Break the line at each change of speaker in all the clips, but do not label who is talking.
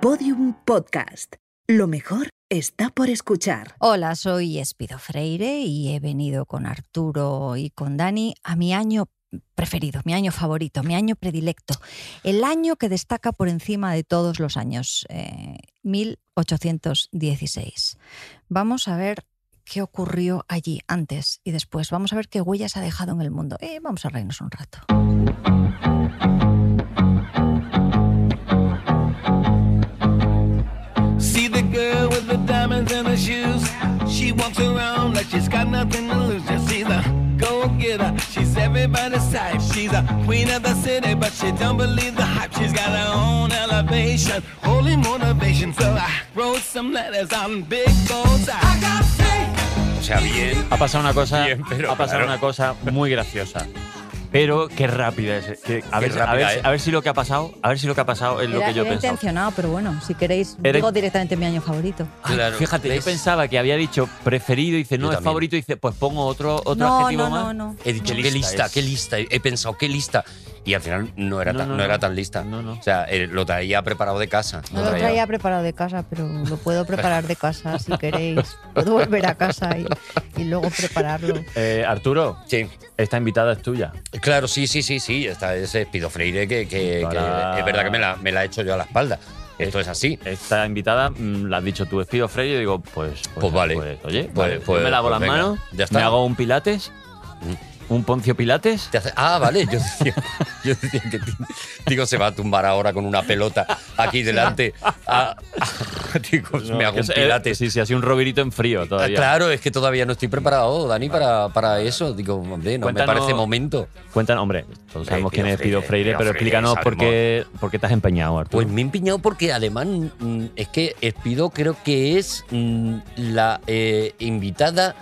Podium Podcast. Lo mejor está por escuchar.
Hola, soy Espido Freire y he venido con Arturo y con Dani a mi año preferido, mi año favorito, mi año predilecto, el año que destaca por encima de todos los años, eh, 1816. Vamos a ver qué ocurrió allí antes y después. Vamos a ver qué huellas ha dejado en el mundo. Eh, vamos a reírnos un rato.
See the girl with the diamonds in her shoes. She walks around like she's got nothing to lose. Just see the go getter. She's everybody's type. She's a queen of the city, but she don't believe the hype. She's got her own elevation, holy motivation. So I wrote some letters on big goals. I got faith.
O sea, bien.
Ha pasado una cosa,
Bien, pero
ha pasado
claro.
una cosa muy graciosa. Pero qué rápida es. que- a,
Qué
ver,
rápida
a, ver,
es.
a ver si lo que ha pasado, a ver si lo que ha pasado es lo
Era-
que yo
era
pensaba.
intencionado, pero bueno, si queréis,
Era-
digo directamente mi año favorito.
Ay,
Claro,
Fíjate,
¿ves?
yo pensaba que había dicho preferido, dice
Yo
no es
también.
favorito, dice pues pongo otro, otro
no,
adjetivo
no,
más.
no, no.
He dicho,
No.
qué
Lista
lista,
es.
qué lista. He pensado, qué lista. Y al final no era,
No,
tan,
no,
no era
no.
tan lista.
No, no.
O sea, eh, lo traía preparado de casa.
No lo traía preparado de casa, pero lo puedo preparar de casa si queréis. Puedo volver a casa y, y luego prepararlo.
Eh, Arturo,
Sí.
esta invitada es tuya.
Claro, sí, sí, sí, sí. Está ese Pido Freire que, que-
Para-
que es verdad que me la, me la he hecho yo a la espalda. Esto es así.
Esta invitada mm, la has dicho tú, Espido Freire, y digo, pues, pues,
Pues vale.
oye,
Pues-
vale, yo
pues-
me lavo
pues
las
venga,
manos,
ya está. Mm.
me hago un pilates, un poncio pilates.
Te hace- ah, vale. Yo decía, yo decía que. ti- Digo, se va a tumbar ahora con una pelota aquí delante. Ah, ah, digo,
No,
me hago
que
un
es- eh,
pilates.
Sí, sí, así un roverito en frío
Ah,
todavía.
Claro, es que todavía no estoy preparado, Dani, para, para eso. Digo, hombre, no
Cuéntanos-
me parece momento.
Cuéntanos, hombre, todos sabemos
Pido
quién es Pido
Freire,
Freire,
eh, Pido
pero
Freire,
explícanos por qué, por qué te has empeñado, Arturo.
Pues me he empeñado porque además mm, es que Espido creo que es mm, la eh, invitada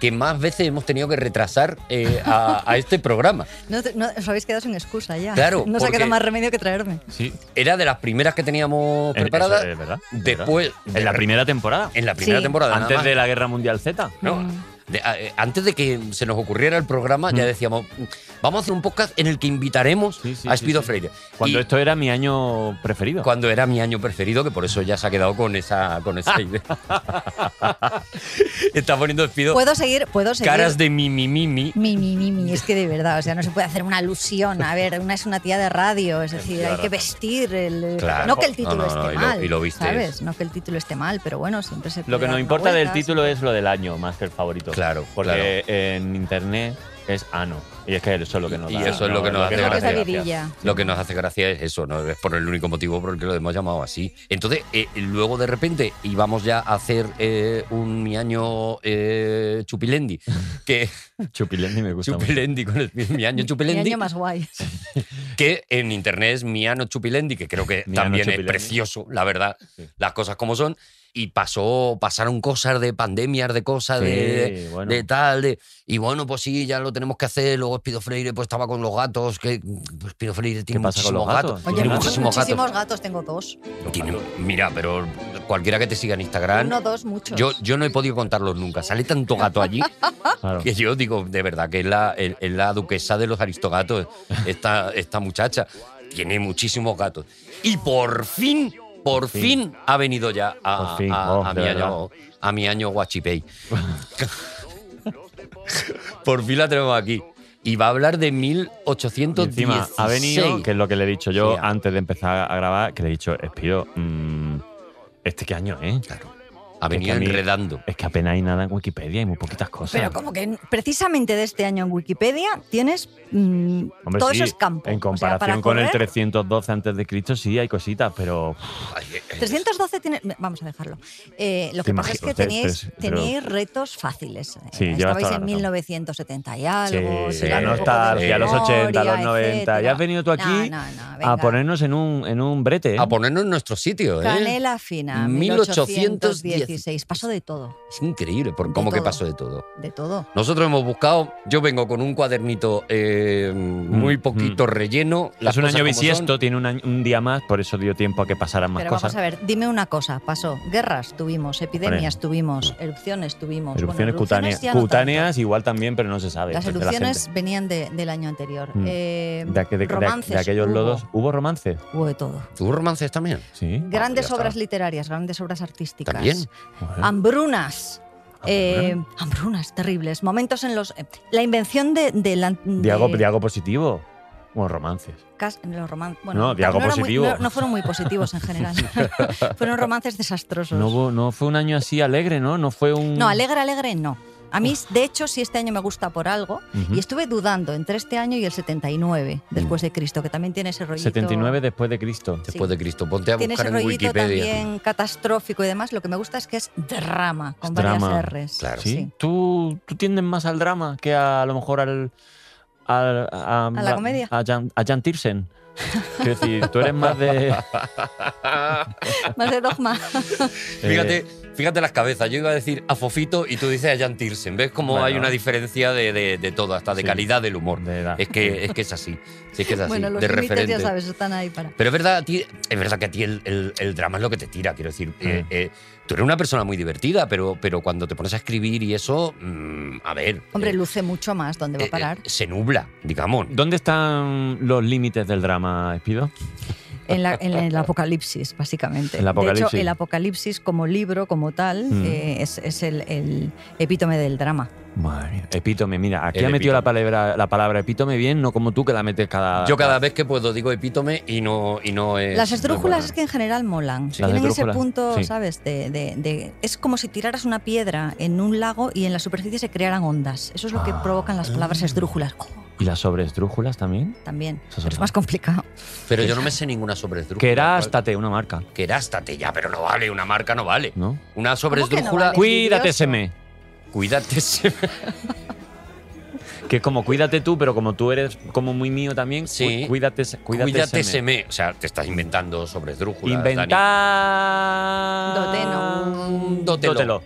que más veces hemos tenido que retrasar eh, a, a este programa.
No, te- no, os habéis quedado sin excusa ya.
Claro,
No se ha quedado
porque-
más remedio que traerme.
sí,
Era de las primeras que teníamos
Eh,
preparadas.
eso es verdad, es
Después,
en la primera temporada,
en la primera
Sí.
temporada. nada
antes
más.
de la Guerra Mundial Z.
No, de- a- eh, antes de que se nos ocurriera el programa, ya decíamos, "Mm, vamos a hacer un podcast en el que invitaremos
Mm. Sí, sí,
a
sí,
Espido
sí.
Freire.
Cuando
Y-
esto era mi año preferido.
cuando era mi año preferido, que por eso ya se ha quedado con esa, con esa idea. Está poniendo despido
Puedo seguir, puedo seguir.
caras de mi, mi, mi, mi.
Mi, mi, mi, mi, es que de verdad, o sea, no se puede hacer una alusión. A ver, una es una tía de radio, es decir, hay que vestir el.
Claro.
No que el
No,
título
no, no,
esté
y lo-
mal.
y lo vistes.
¿Sabes? No que el título esté mal, pero bueno, siempre se.
Lo
puede
que
dar
nos
una
importa del
vuelta,
título es lo del año, más que el favorito.
Claro,
Porque en internet es ano. Y es que eso es lo que nos
Y
da.
eso es lo que nos hace
Creo que es la
gracias.
vidilla.
Lo que nos hace gracia es eso, ¿no? Es por el único motivo por el que lo hemos llamado así. Entonces, eh, luego de repente íbamos ya a hacer eh, un mi año eh, Chupilendi, que
Chupilendi me gusta mucho.
Chupilendi con el mi año
Mi
Chupilendi,
año más guay.
que en internet es Miano Chupilendi, que creo que
Miano
también es
Chupilendi.
precioso, la verdad,
Sí.
las cosas como son. Y pasó, pasaron cosas de pandemias, de cosas
Sí,
de,
bueno.
de tal, de, y bueno, pues sí, ya lo tenemos que hacer. Luego Espido Freire pues estaba con los gatos, que pues, Espido Freire tiene
pasa con los
muchísimos gatos.
gatos?
Oye,
Tiene
¿no?
muchísimos gatos.
tengo dos.
Tiene- mira, pero cualquiera que te siga en Instagram,
Uno, dos, muchos.
yo, yo no he podido contarlos nunca. Sale tanto gato allí
Claro.
que yo digo, de verdad, que es la, el- es la duquesa de los aristogatos, esta, esta muchacha. Tiene muchísimos gatos. Y por fin, por
fin.
fin, ha venido ya a,
Por fin,
a-
oh,
a
de
mi,
verdad.
año, a mi año Guachipey. por fin la tenemos aquí. Y va a hablar de
Y
1816.
encima ha venido, que es lo que le he dicho yo
Sí, ah.
antes de empezar a grabar, que le he dicho, Espido, mm, ¿este qué año es?
Claro. Ha
Que es que
venido
a mí-
enredando.
Es que apenas hay nada en Wikipedia, hay muy poquitas cosas.
Pero como que precisamente de este año en Wikipedia tienes mm,
Hombre,
todo
sí,
eso es campo.
En
O sea, para
comparación con el
correr,
312 antes de Cristo sí hay cositas, pero
Ay, eh, eh,
312 tiene. Vamos a dejarlo. Eh, lo
Te
que pasa es
imagino,
que
te-
teníais,
te- pero-
teníais retos fáciles. Eh,
Sí, llevas
Estabais
toda la
en
razón.
1970 y algo.
sí,
sí,
la
tirando un poco de
nostalgia, los 80, los
memoria,
90. Y
etcétera.
has venido tú aquí
No, no, no, venga.
a ponernos en un, en un brete. ¿eh?
a ponernos en nuestro sitio. ¿eh?
Canela fina.
1816.
16. Pasó de todo,
Es increíble por
De
cómo que
todo.
pasó de todo.
de todo.
Nosotros hemos buscado, yo vengo con un cuadernito eh, muy
Mm,
poquito relleno. las
es un
cosas
año
como son.
bisiesto, tiene un, año- un día más, por eso dio tiempo a que pasaran más
Pero
cosas.
vamos a ver, dime una cosa, pasó. Guerras tuvimos, epidemias tuvimos, erupciones tuvimos. bueno,
Erupciones cutáneas.
ya no tanto.
cutáneas igual también, pero no se sabe.
Las
de la
erupciones
gente.
venían de- del año anterior.
Mm.
Eh,
de, Ah, aqu- de- de- de
romances
aquellos
hubo,
lodos. ¿Hubo romances?
Hubo de todo.
¿Tú romances también?
Sí.
Grandes
está.
obras literarias, grandes obras artísticas.
También.
Bueno.
Hambrunas. eh, hambrunas terribles. Momentos en los. eh, la invención de. de la-
Diago,
de-
diago positivo. O romances.
cas- en los roman- bueno,
No, Diago
eran muy-
positivo.
no- no fueron muy positivos en general. fueron romances desastrosos.
No, hubo- no fue un año así alegre, ¿no? No fue un.
No, alegre, alegre, no. A mí, de hecho, si este año me gusta por algo,
Ujú.
y estuve dudando entre este año y el 79 después de Cristo, que también tiene ese rollito.
79 después de Cristo.
Sí.
Después de Cristo, ponte a
Tiene ese
buscar en
rollito
Wikipedia.
también catastrófico y demás. Lo que me gusta es que es drama, con
Es
varias
drama,
R's.
claro.
¿Sí?
sí.
¿Tú, tú tiendes más al drama que a, lo mejor al. al- a,
la comedia?
A Jan, a Jan Tiersen. Quiero decir, tú eres más de. eh,
Más de dogma.
Eh, Fíjate, fíjate las cabezas. Yo iba a decir a Fofito y tú dices a Jan Tiersen. ¿Ves cómo
Bueno.
hay una diferencia de, de, de todo, hasta de
Sí. Ah.
calidad del humor?
de edad.
Es que es, que es así. Sí, es que es así.
bueno, los
de
límites ya
referente.
sabes, están ahí para.
Pero es verdad, a ti, es verdad que a ti el, el- el drama es lo que te tira, quiero decir.
Mm.
eh, eh, tú eres una persona muy divertida, pero, pero cuando te pones a escribir y eso, mm, a ver.
Hombre,
eh,
luce mucho más dónde va
eh,
a parar.
eh, se nubla, digamos.
¿Dónde están los límites del drama, Espido?
En, la- en
eh,
el apocalipsis, básicamente.
El apocalipsis.
De hecho, el apocalipsis como libro, como tal,
Mm.
eh, es, es el, el epítome del drama.
Madre mía. Epítome, mira, aquí
El
ha metido la
epítome.
palabra, la palabra epítome bien, no como tú que la metes cada.
Yo cada vez que puedo digo epítome y no, y no es.
Las
no
estrújulas
es
es que en general molan.
Sí, las
Tienen ese
esdrújulas,
punto,
sí.
¿sabes? De, de- de- es como si tiraras una piedra en un lago y en la superficie se crearan ondas. Eso es lo que
Ah.
provocan las palabras esdrújulas. Oh,
Ah.
¿Y las sobreestrújulas también?
también.
Eso es
Pero es
verdad.
más complicado.
Pero yo no me sé ninguna sobre estrújula.
Que era hástate una marca,
Querástate ya, pero no vale, una marca no vale.
¿no?
Una sobre
¿Cómo que no
esdrújula,
vale?
Cuídate,
Envidioso.
Seme.
cuídate. se-
Que es como cuídate tú, pero como tú eres como muy mío también, cu-
Sí.
cuídate, se- cuídate,
Cuídate, se
Seme.
me. O sea, te estás inventando sobre esdrújula.
Inventar.
Doteno.
Dotelo.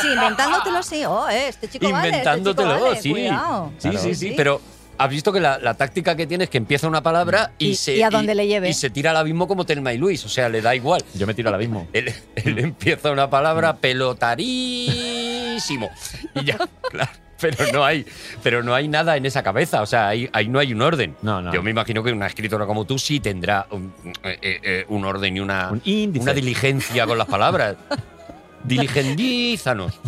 Sí, inventándotelo sí. Oh, eh, este chico vale, este chico
Inventándotelo,
vale,
sí.
cuidado.
Sí,
Claro.
sí, sí, pero has visto que la, la táctica que tienes es que empieza una palabra y,
Y-
se
y a donde le lleve.
y se tira al abismo como Telma y Luis, o sea, le da igual.
Yo me tiro al abismo.
Él, él empieza una palabra pelotarísimo y ya, claro. Pero no hay, pero no hay nada en esa cabeza, o sea, ahí, ahí no hay un orden.
No, no.
Yo me imagino que una escritora como tú sí tendrá un, eh, eh, eh, un orden y una,
Un índice.
una diligencia con las palabras. Diligendízanos.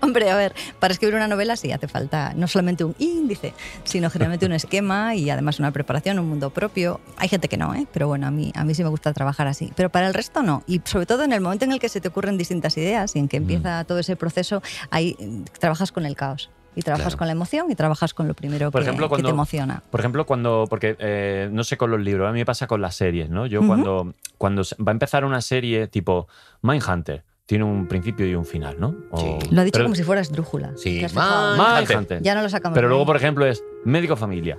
Hombre, a ver, para escribir una novela sí hace falta no solamente un índice, sino generalmente un esquema y además una preparación, un mundo propio. Hay gente que no, ¿eh? pero bueno, a mí, a mí sí me gusta trabajar así. Pero para el resto no. Y sobre todo en el momento en el que se te ocurren distintas ideas y en que empieza todo ese proceso, ahí mm, trabajas con el caos. Y trabajas
Claro.
con la emoción y trabajas con lo primero
Por
que,
ejemplo,
que
cuando-
te emociona.
Por ejemplo, cuando. Porque eh, no sé con los libros, a mí me pasa con las series, ¿no? Yo
Ujú.
cuando, cuando se- va a empezar una serie tipo Mindhunter, tiene un principio y un final, ¿no?
Mm. Sí.
Lo ha dicho
pero-
como si fueras drújula.
Sí,
Te has fijado.
más-
Mindhunter.
Ya no lo sacamos.
Pero
de
luego,
ahí.
por ejemplo, es médico familia,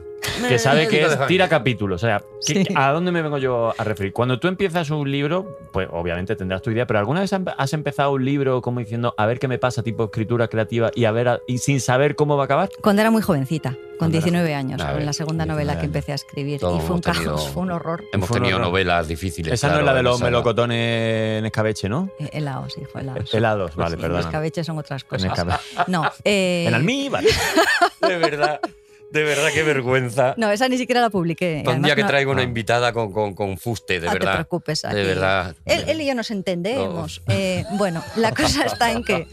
que sabe que
Ah, Médico de
es
familia.
tira capítulos. O sea, ¿qué-
Sí.
¿a dónde me vengo yo a referir? Cuando tú empiezas un libro, pues obviamente tendrás tu idea, pero ¿alguna vez han- has empezado un libro como diciendo a ver qué me pasa, tipo escritura creativa, y a ver a- y sin saber cómo va a acabar?
Cuando era muy jovencita, con
Cuando era
19 años,
A
con
ver,
la segunda
19
novela que
años.
empecé a escribir.
Todos
y fue un
hemos tenido-
caos, fue un horror.
Hemos
Fue un
tenido
horror.
novelas difíciles.
Esa no
claro,
es la de
en
los
esa-
melocotones en escabeche, ¿no?
Eh, Helados, hijo, helados.
Helados, vale,
Sí, Los
perdón.
escabeches son otras
En,
cosas.
escabe-
No, Pues eh,
en almíbar.
De verdad, de verdad, qué vergüenza.
no, esa ni siquiera la publiqué.
Un
Además,
día que
no-
traigo una
Ah.
invitada con, con, con fuste, de
no te
verdad.
preocupes.
De
aquí.
verdad.
Él, él y yo nos entendemos. Eh, bueno, la cosa está en que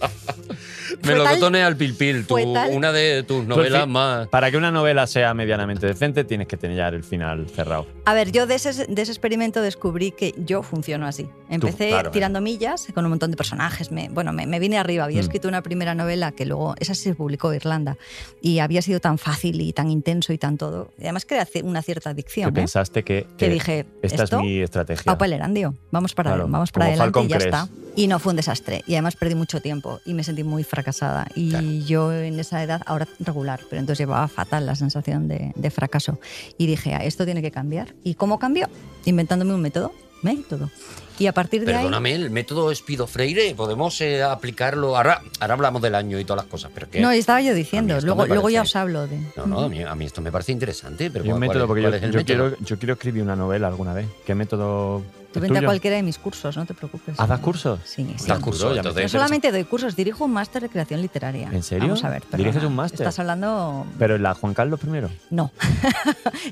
fue tal,
Melocotones al pilpil, tu-
fue tal-
una de tus novelas más.
Para que una novela sea medianamente decente, tienes que tener ya el final cerrado.
A ver, yo de ese, de ese experimento descubrí que yo funciono así. Empecé
claro,
tirando millas con un montón de personajes. Me, bueno, me, me vine arriba. Había
Mm.
escrito una primera novela que luego, esa se publicó en Irlanda. Y había sido tan fácil y tan intenso y tan todo. Y además que una cierta
Que
adicción. ¿eh?
pensaste que,
Que
que
dije,
esta
esto Ah,
es mi estrategia.
Au pa'l erandio. Vamos para,
Claro,
vamos para
como
adelante
Falcon
y ya
Crest.
está. Y no fue un desastre. Y además perdí mucho tiempo y me sentí muy fracasada. Y
Claro.
yo en esa edad, ahora regular, pero entonces llevaba fatal la sensación de, de fracaso. Y dije, "Ah, esto tiene que cambiar. ¿Y cómo cambió? Inventándome un método. Método. Y a partir de ahí.
Perdóname, el método Espido Freire, podemos eh, aplicarlo. Ahora, ahora hablamos del año y todas las cosas, pero que.
No, estaba yo
A mí
diciendo,
esto
luego,
me
luego ya
parece-
os hablo de.
no, no, a mí, a mí esto me parece interesante. Pero
Y un
¿cuál-
método, porque
cuál,
yo,
es el
yo
método?
quiero, yo quiero escribir una novela alguna vez. ¿Qué método?
Tú
es
vente a
tuyo?
cualquiera de mis cursos, no te preocupes.
¿Has dado cursos?
Sí, sí.
Das curso,
Yo
Yo
entonces-
solamente doy cursos, dirijo un máster de creación literaria.
¿En serio?
Vamos a ver. perdona,
¿Diriges un máster?
Estás hablando.
Pero la Juan Carlos primero.
No,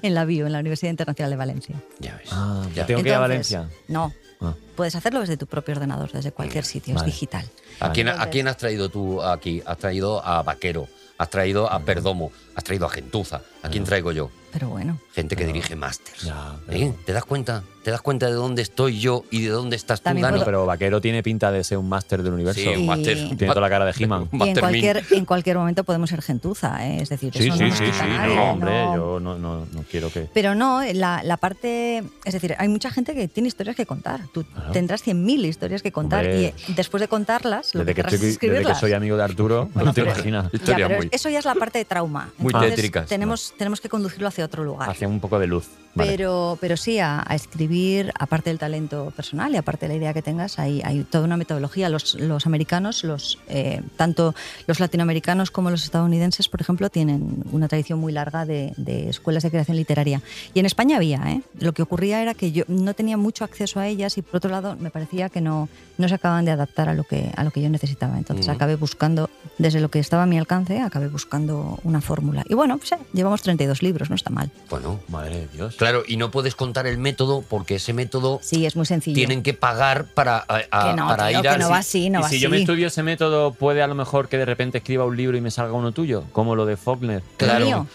en la BIO, en la Universidad Internacional de Valencia.
Ya ves.
Ah,
ya.
tengo- que ir a Valencia?
No.
Ah.
Puedes hacerlo desde tu propio ordenador, desde cualquier sitio,
Vale.
es digital.
¿A, quién, ¿A
Entonces-
quién has traído tú aquí? Has traído a Vaquero, has traído
Ah.
a Perdomo, has traído a Gentuza. ¿A quién traigo yo?
Pero bueno,
Gente que
Pero-
dirige másters.
Ah. Ya,
¿Eh? ¿Te das cuenta? ¿Te das cuenta de dónde estoy yo y de dónde estás tú,
También
Dani?
Bueno, pero Vaquero tiene pinta de ser un máster del universo.
Sí, un
Y-
máster.
Tiene
Tiene toda la cara de He-Man.
Un
y en
máster min.
cualquier, en cualquier momento podemos ser gentuza, ¿eh? es decir, eso no nos quita nadie,
No, hombre,
no-
yo no, no, no quiero que.
Pero no, la, la parte. Es decir, hay mucha gente que tiene historias que contar. Tú
Claro.
tendrás 100.000 historias que contar
Hombre.
y eh, después de contarlas, lo
Desde
que,
que,
querrás
estoy-
es
desde que
escribirlas.
soy amigo de Arturo, no te
pero-
imaginas.
Ya,
Historia
pero
muy.
eso ya es la parte de trauma.
Muy
Entonces,
tétricas, ¿no?
Tenemos, tenemos que conducirlo hacia otro lugar.
Hacia un poco de luz. Vale.
Pero, pero sí, a, a escribir, aparte del talento personal y aparte de la idea que tengas, hay, hay toda una metodología. Los, los americanos, los, eh, tanto los latinoamericanos como los estadounidenses, por ejemplo, tienen una tradición muy larga de, de escuelas de creación literaria. Y en España había, ¿eh? Lo que ocurría era que yo no tenía mucho acceso a ellas y, por otro lado, me parecía que no, no se acababan de adaptar a lo que, a lo que yo necesitaba. Entonces
Ujú.
acabé buscando, desde lo que estaba a mi alcance, acabé buscando una fórmula. Y bueno, pues, eh, llevamos 32 libros, no está mal.
Bueno,
Madre de Dios.
claro, y no puedes contar el método porque ese método
Sí, es muy sencillo.
tienen que pagar para, a- a-
que no,
Ah, para
tío,
ir a.
que no va así, no
y
va
si
así.
yo me estudio ese método, puede a lo mejor que de repente escriba un libro y me salga uno tuyo, como lo de Faulkner.
Claro.
Mío,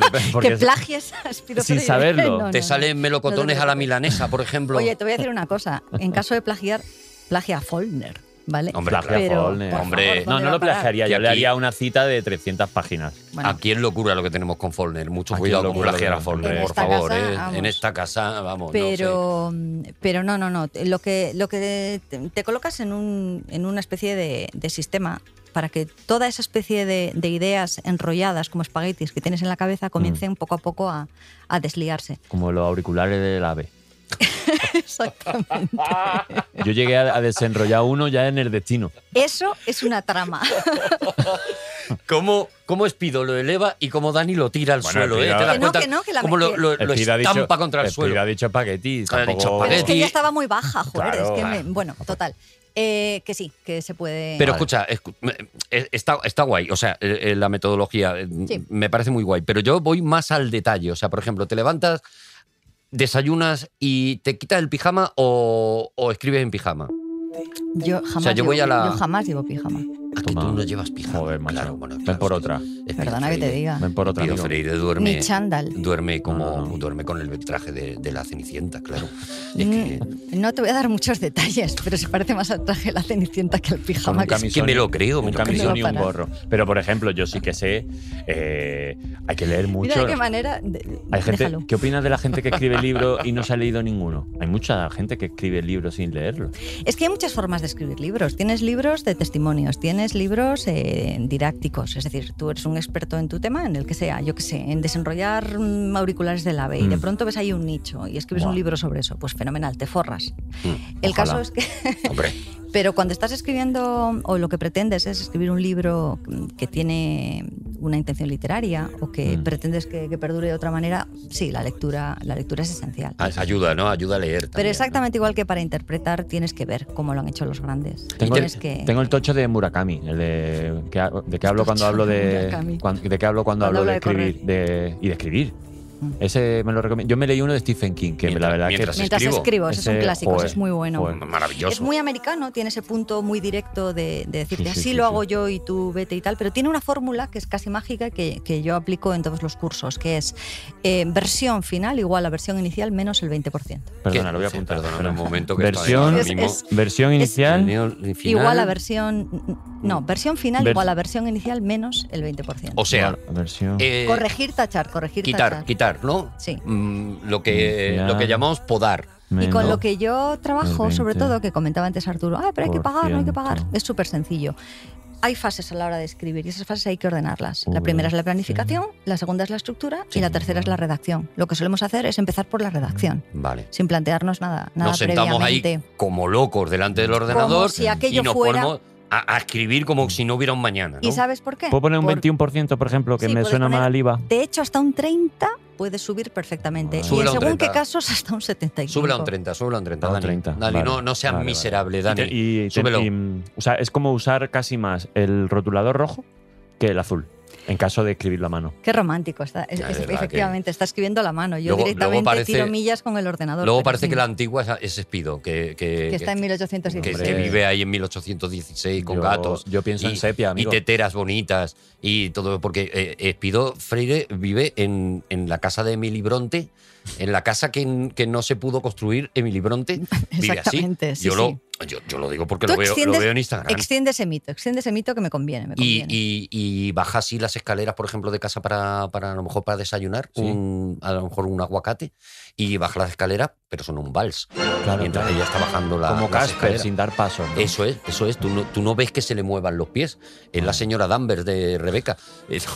repente,
que
porque
plagies a Spiro
sin
Freire.
saberlo.
No,
Te
no, no.
salen melocotones a la
preocupes.
milanesa, por ejemplo.
Oye, te voy a decir una cosa. En caso de plagiar, plagia a Follner, ¿vale?
Hombre,
Plagia
claro.
a
Pero,
Faulkner.
por
Hombre.
favor, ¿dónde
no, no
va
lo
a parar?
plagiaría. Yo
Que
le
aquí-
haría una cita de 300 páginas.
Bueno,
Aquí es locura lo que tenemos con Faulner. Mucho
Aquí es
cuidado con
locura lo
plagiar a
que tenemos.
Faulner,
En
por
esta
favor.
casa,
¿eh? En
vamos.
esta casa, vamos. no sé.
pero, pero no, no, no. Lo que, lo que te, te colocas en, un, en una especie de, de sistema para que toda esa especie de, de ideas enrolladas como espaguetis que tienes en la cabeza comiencen poco a poco a, a desliarse.
Como los auriculares del ave.
Exactamente.
Yo llegué a, a desenrollar uno ya en el destino.
Eso es una trama.
¿Cómo, ¿Cómo Espido lo eleva y cómo Dani lo tira al
Bueno,
suelo? ¿eh?
Espido-
¿Te das
Que no,
cuenta
que no, que la
cómo lo,
metí.
lo- lo
Espido ha dicho-
estampa contra el
Espido
suelo?
ha dicho espagueti.
Ha dicho
tampoco-
Pero es que
Paletti.
ella estaba muy baja, joder.
Claro.
es que me-
Claro.
bueno, total. Eh, que sí, que se puede.
Pero
Vale.
escucha, escu- me- eh, está, está guay, o sea, eh, eh, la metodología eh,
Sí.
me parece muy guay, pero yo voy más al detalle, o sea, por ejemplo, te levantas, desayunas y te quitas el pijama o, o escribes en pijama.
Ah, yo jamás.
o sea, yo
llevo,
voy a la-
yo jamás llevo pijama.
Aquí tú
Toma.
no llevas pijama.
Joder, macho.
Claro, bueno,
Ven
claro,
por
sí.
otra.
Espido
Perdona que te
Freire.
diga.
Ven por otra.
Espido
amigo.
Freire
Ni
duerme,
chándal.
duerme como
No, no, no.
duerme con el traje de, de la Cenicienta, claro. Es que,
Mm, No te voy a dar muchos detalles, pero se parece más al traje de la cenicienta que al
Con un
pijama. que-
camisón
Es que me lo creo, me
un
lo
camisón
creo.
y un
No
gorro. Pero, por ejemplo, yo sí que sé, eh, hay que leer mucho.
Mira de qué manera. de-
Hay gente,
déjalo.
¿Qué opinas de la gente que escribe libros y no se ha leído ninguno? Hay mucha gente que escribe libros sin leerlos.
Es que hay muchas formas de escribir libros. Tienes libros de testimonios, tienes libros eh, didácticos, es decir, tú eres un experto en tu tema, en el que sea, yo qué sé, en desenrollar mm, auriculares del ave y de
Mm.
pronto ves ahí un nicho y escribes
Buah.
un libro sobre eso, pues fenomenal, te forras.
mm,
El
Ojalá.
caso es que,
hombre,
pero cuando estás escribiendo o lo que pretendes es escribir un libro mm, que tiene una intención literaria o que
Mm.
pretendes que, que perdure de otra manera, sí, la lectura, la lectura es esencial.
a- ayuda, ¿no? Ayuda a leer.
Ah, Pero
Ah, también, ¿no?
exactamente igual que para interpretar tienes que ver cómo lo han hecho los grandes.
Tengo,
Tienes
el,
que...
tengo el tocho de Murakami, el de, que ha- de qué hablo cuando
Tocho
hablo
de
de,
Murakami.
cuan- de qué hablo cuando, hablo de, escribir de- y de escribir.
Mm.
Ese me lo recomiendo. Yo me leí uno de Stephen King, que
Mientras-
la verdad
mientras
que
Mientras
escribo.
escribo, ese es un
Ese-
clásico, ese
joder,
es muy bueno.
joder.
Maravilloso.
Es muy americano, tiene ese punto muy directo de, de decirte
Sí, sí,
así
sí,
lo
sí.
hago yo y tú vete y tal, pero tiene una fórmula que es casi mágica que, que yo aplico en todos los cursos, que es eh, versión final igual a versión inicial menos el 20%.
Perdona, lo voy a
Sí,
apuntar.
perdona
perdona.
un momento que
versión,
estoy ahora mismo-
Es-
versión inicial.
Final-
Igual a versión... No, versión final
Ver-
igual a versión inicial menos el 20%.
O sea,
versión.
eh,
corregir, tachar, corregir,
quitar,
tachar.
quitar, ¿no?
Sí.
Mm, lo, que,
Inicial.
lo que llamamos podar.
Y con
menos-
lo que yo trabajo,
el
sobre
20.
todo, que comentaba antes Arturo, ah, pero hay que pagar, no hay que pagar,
Por ciento.
es súper sencillo. hay fases a la hora de escribir y esas fases hay que ordenarlas.
Uy,
La primera es la
sí.
planificación, la segunda es la estructura
Sí.
y la tercera es la redacción. Lo que solemos hacer es empezar por la redacción,
Vale.
sin plantearnos nada, nada
nos sentamos ahí
previamente.
como locos delante del ordenador
si aquello
y nos
fuera-
ponemos a, a escribir como si no hubiera un mañana. ¿no?
¿Y sabes por qué?
¿Puedo poner un
Por-
21%, por ejemplo, que
Sí,
me
puedes
suena más
poner-
al IVA?
De hecho, hasta un 30 puede subir perfectamente.
Vale.
Y
Súbelo
en
Ah, a un
según qué
30.
casos, hasta un 75.
Súbelo a un 30, súbelo a un 30,
A un
Dani.
30,
Dani,
vale.
no, no seas
Vale, vale.
miserable,
Y te-
Dani.
Y, te-
súbelo.
y, mm, o sea, es como usar casi más el rotulador rojo que el azul, en caso de escribirlo a mano.
Qué romántico está. Es-
Ya,
es-
de verdad
efectivamente, está escribiendo a la mano. Yo
Luego- luego
directamente
parece-
tiro millas con el ordenador.
Luego
pero
parece
sí,
que la antigua es, es Espido, que, que,
que está en
que-
1816.
que
Hombre.
vive ahí en 1816 con
Yo-
gatos.
yo pienso en sepia,
Y
amigo.
teteras bonitas y todo, porque eh, Espido Freire vive en, en la casa de Emily Bronte, en la casa que, que no se pudo construir Emily Bronte. Vive así.
Exactamente, sí,
yo,
sí.
Lo, yo, yo lo digo porque
Tú
lo veo, lo
extiendes-
veo en Instagram.
Extiende ese mito, extiende ese mito que me conviene. Me
Y,
conviene.
y- y baja así las escaleras, por ejemplo, de casa para, para a lo mejor para desayunar,
Sí.
un- a lo mejor un aguacate, y baja las escaleras, pero son un vals.
Claro,
mientras
claro.
ella está bajando la,
como
las
Casper,
escaleras.
sin dar paso. ¿no?
Eso es, eso es. Tú no, tú no ves que se le muevan los pies. Es
Ah.
la señora Danvers de Rebeca. Es,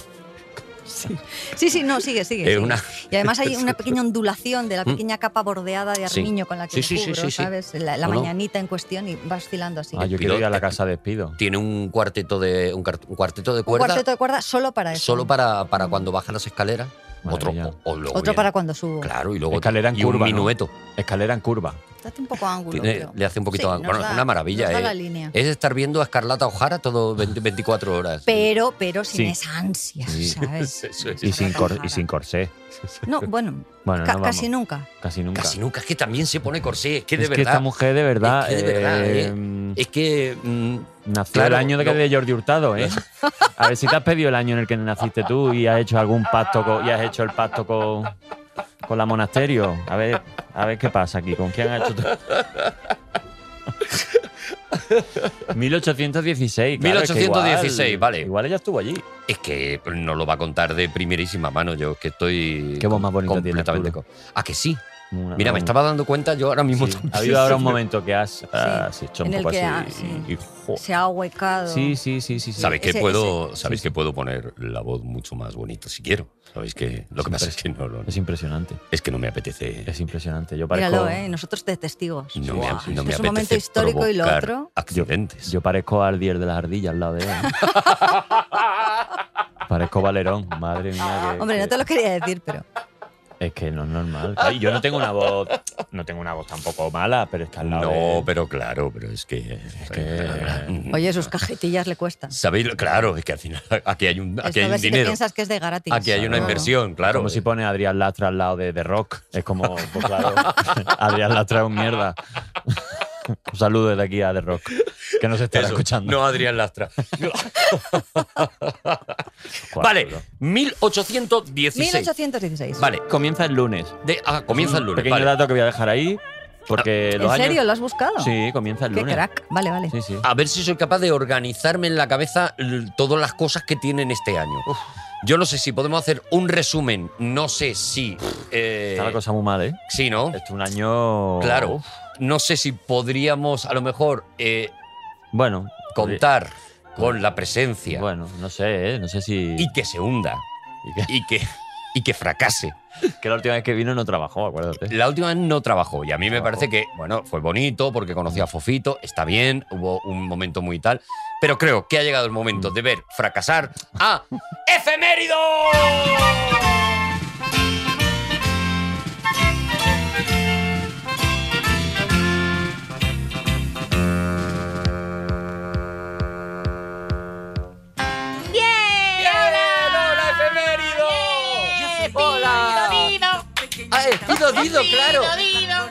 Sí, sí, no, sigue, sigue.
es
sigue.
una,
Y además hay una pequeña ondulación de la
Mm.
pequeña capa bordeada de
Sí.
armiño con la que
Sí,
me
sí, sí,
cubro,
sí, sí.
¿sabes? La, la
No, no.
mañanita en cuestión y va oscilando así.
Ah, yo
Espido-
quiero ir a la casa de Espido.
tiene un cuarteto de, un, car- un cuarteto de
Un
cuerda
cuarteto de cuerda solo para eso.
solo para, para cuando baja las escaleras.
Maravilla.
Otro, o- o luego
Otro
viene-
para cuando subo.
Claro, y luego
Escalera en
y un
curva, ¿no?
minueto.
Escalera en curva.
Date un poco ángulo.
Tiene-
creo.
le hace un poquito
Sí,
más-
nos
bueno,
da-
una maravilla,
nos da
eh.
la línea.
Es estar viendo a Escarlata O'Hara todo 20 24 horas.
Pero, pero sin
Sí.
esa ansia,
Sí.
¿sabes?
Eso es.
Y sin, cor-
Guadalajara.
y sin corsé.
No, bueno,
Ah,
Bueno,
ca-
no,
casi
vamos.
nunca.
Casi nunca.
Casi nunca, es que también se pone corsé, es que de
es que
verdad.
esta mujer de verdad,
Es que de verdad,
eh,
eh.
mm,
Es que mm,
nació
claro,
el año de,
no.
de Jordi Hurtado, ¿eh? A ver si te has pedido el año en el que naciste tú y has hecho algún pacto co- y has hecho el pacto con, con la monasterio. A ver, a ver qué pasa aquí, con quién has hecho tú. 1816. claro, es que igual-
1816, vale.
Igual ella estuvo allí.
Es que nos lo va a contar de primerísima mano. Yo es que estoy.
Qué voz más bonita tiene,
completamente.
Arturo.
co- ah, que sí.
Una-
Mira, me
un-
estaba dando cuenta yo ahora mismo.
sí.
también.
Ha habido ahora un momento que has, has hecho un
en el
poco
que
así.
ha- sí.
y- y-
Oh.
jo.
Se ha huecado.
sí, sí, sí, sí. sí.
Sabéis que
Ese-
puedo, sabéis
sí,
que puedo poner la voz mucho más bonita si quiero. Sabéis que lo que
Es
pasa es que no, lo-
Es impresionante.
es que no me apetece.
Es impresionante. Yo parezco,
Míralo, ¿eh? Nosotros de testigos.
No me,
Buah,
no
esto
me
es
apetece
un momento histórico y lo
provocar
otro.
Accidentes.
yo parezco al dier de las ardillas al lado de él. parezco Valerón. Madre mía. que-
Hombre, no te lo quería decir, pero.
Es que no es normal. Ay, yo no tengo una voz. No tengo una voz tampoco mala, pero es que al lado.
no,
de-
pero claro, pero es que. mm,
que-
Oye, sus cajetillas le cuestan.
Sabéis, lo- claro, es que al final aquí hay un, aquí
Esto
hay
a ver
un
si te
dinero.
piensas que es de gratis.
Aquí hay una
No.
inversión, claro.
Como si pone a Adrián Lastra al lado de The Rock. Es como, pues claro, Adrián Lastra es un mierda. un saludo desde aquí a The Rock, que nos estará
Eso,
escuchando.
No, Adrián Lastra.
Joder,
vale,
Arturo.
1816.
1816.
Vale,
Comienza el lunes.
de- ah, comienza el lunes.
Pequeño
vale.
dato que voy a dejar ahí, porque
Ah, ¿En
los años...
serio? ¿Lo has buscado?
Sí, comienza el
Qué
lunes.
crack. Vale, vale.
Sí, sí.
A ver si soy capaz de organizarme en la cabeza l- todas las cosas que tienen este año. Yo no sé si podemos hacer un resumen. No sé si. eh,
Está la cosa muy mal, ¿eh?
Sí, ¿no?
Este es un año...
Claro. No sé si podríamos, a lo mejor, eh,
Bueno.
contar con la presencia
Bueno, no sé, ¿eh? No sé si...
y que se hunda
y que,
y que, y que fracase.
que la última vez que vino no trabajó, acuérdate.
La última vez no trabajó y a mí me
Trabajó.
parece que, bueno, fue bonito porque conocí a Fofito, está bien, hubo un momento muy tal, pero creo que ha llegado el momento de ver fracasar a Efemérido. ¡Bien! ¡Hola, Efemérido! ¡Hola! Ah, es Dido Dido, claro.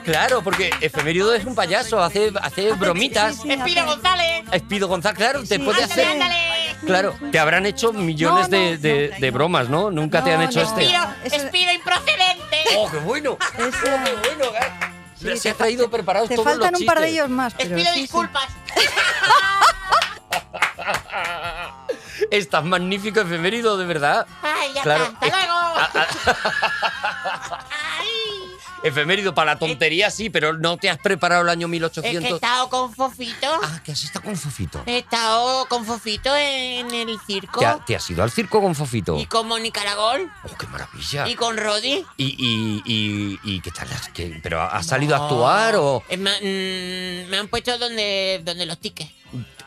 Claro, porque Efemérido es un payaso, hace, hace bromitas.
Sí,
Espira
hace-
González.
Espido González, claro, te
Sí.
puede
Ándale,
hacer.
ándale.
Claro, te habrán hecho millones
No,
de,
no,
de-
no,
de bromas, ¿no? Nunca te
No,
han hecho
no.
este.
Espiro,
Eso-
espiro improcedente.
¡Oh, qué bueno!
Esa-
¡Qué bueno! eh!
Sí,
Les
te
he
fa-
traído preparados
Te
todos los
faltan un par de
chistes.
ellos más. Pero
Espiro
sí, sí.
disculpas.
Es tan magnífico efemérido, de verdad.
Ay, ya
Ah, Claro,
está.
es-
Hasta luego. Ay.
efemérido para la
Eh,
tontería sí, pero no te has preparado el año
Es que he
1800.
estado con Fofito.
Ah, que has estado con Fofito.
He estado con Fofito en el circo.
¿Te, ha- te has ido al circo con Fofito?
Y con Mónica Aragón.
Oh, qué maravilla!
Y
¿Y,
con Rodi.
y, y, y qué tal? las- qué- ¿Pero has salido a actuar o...?
Es más, mm, me han puesto donde, donde los tickets.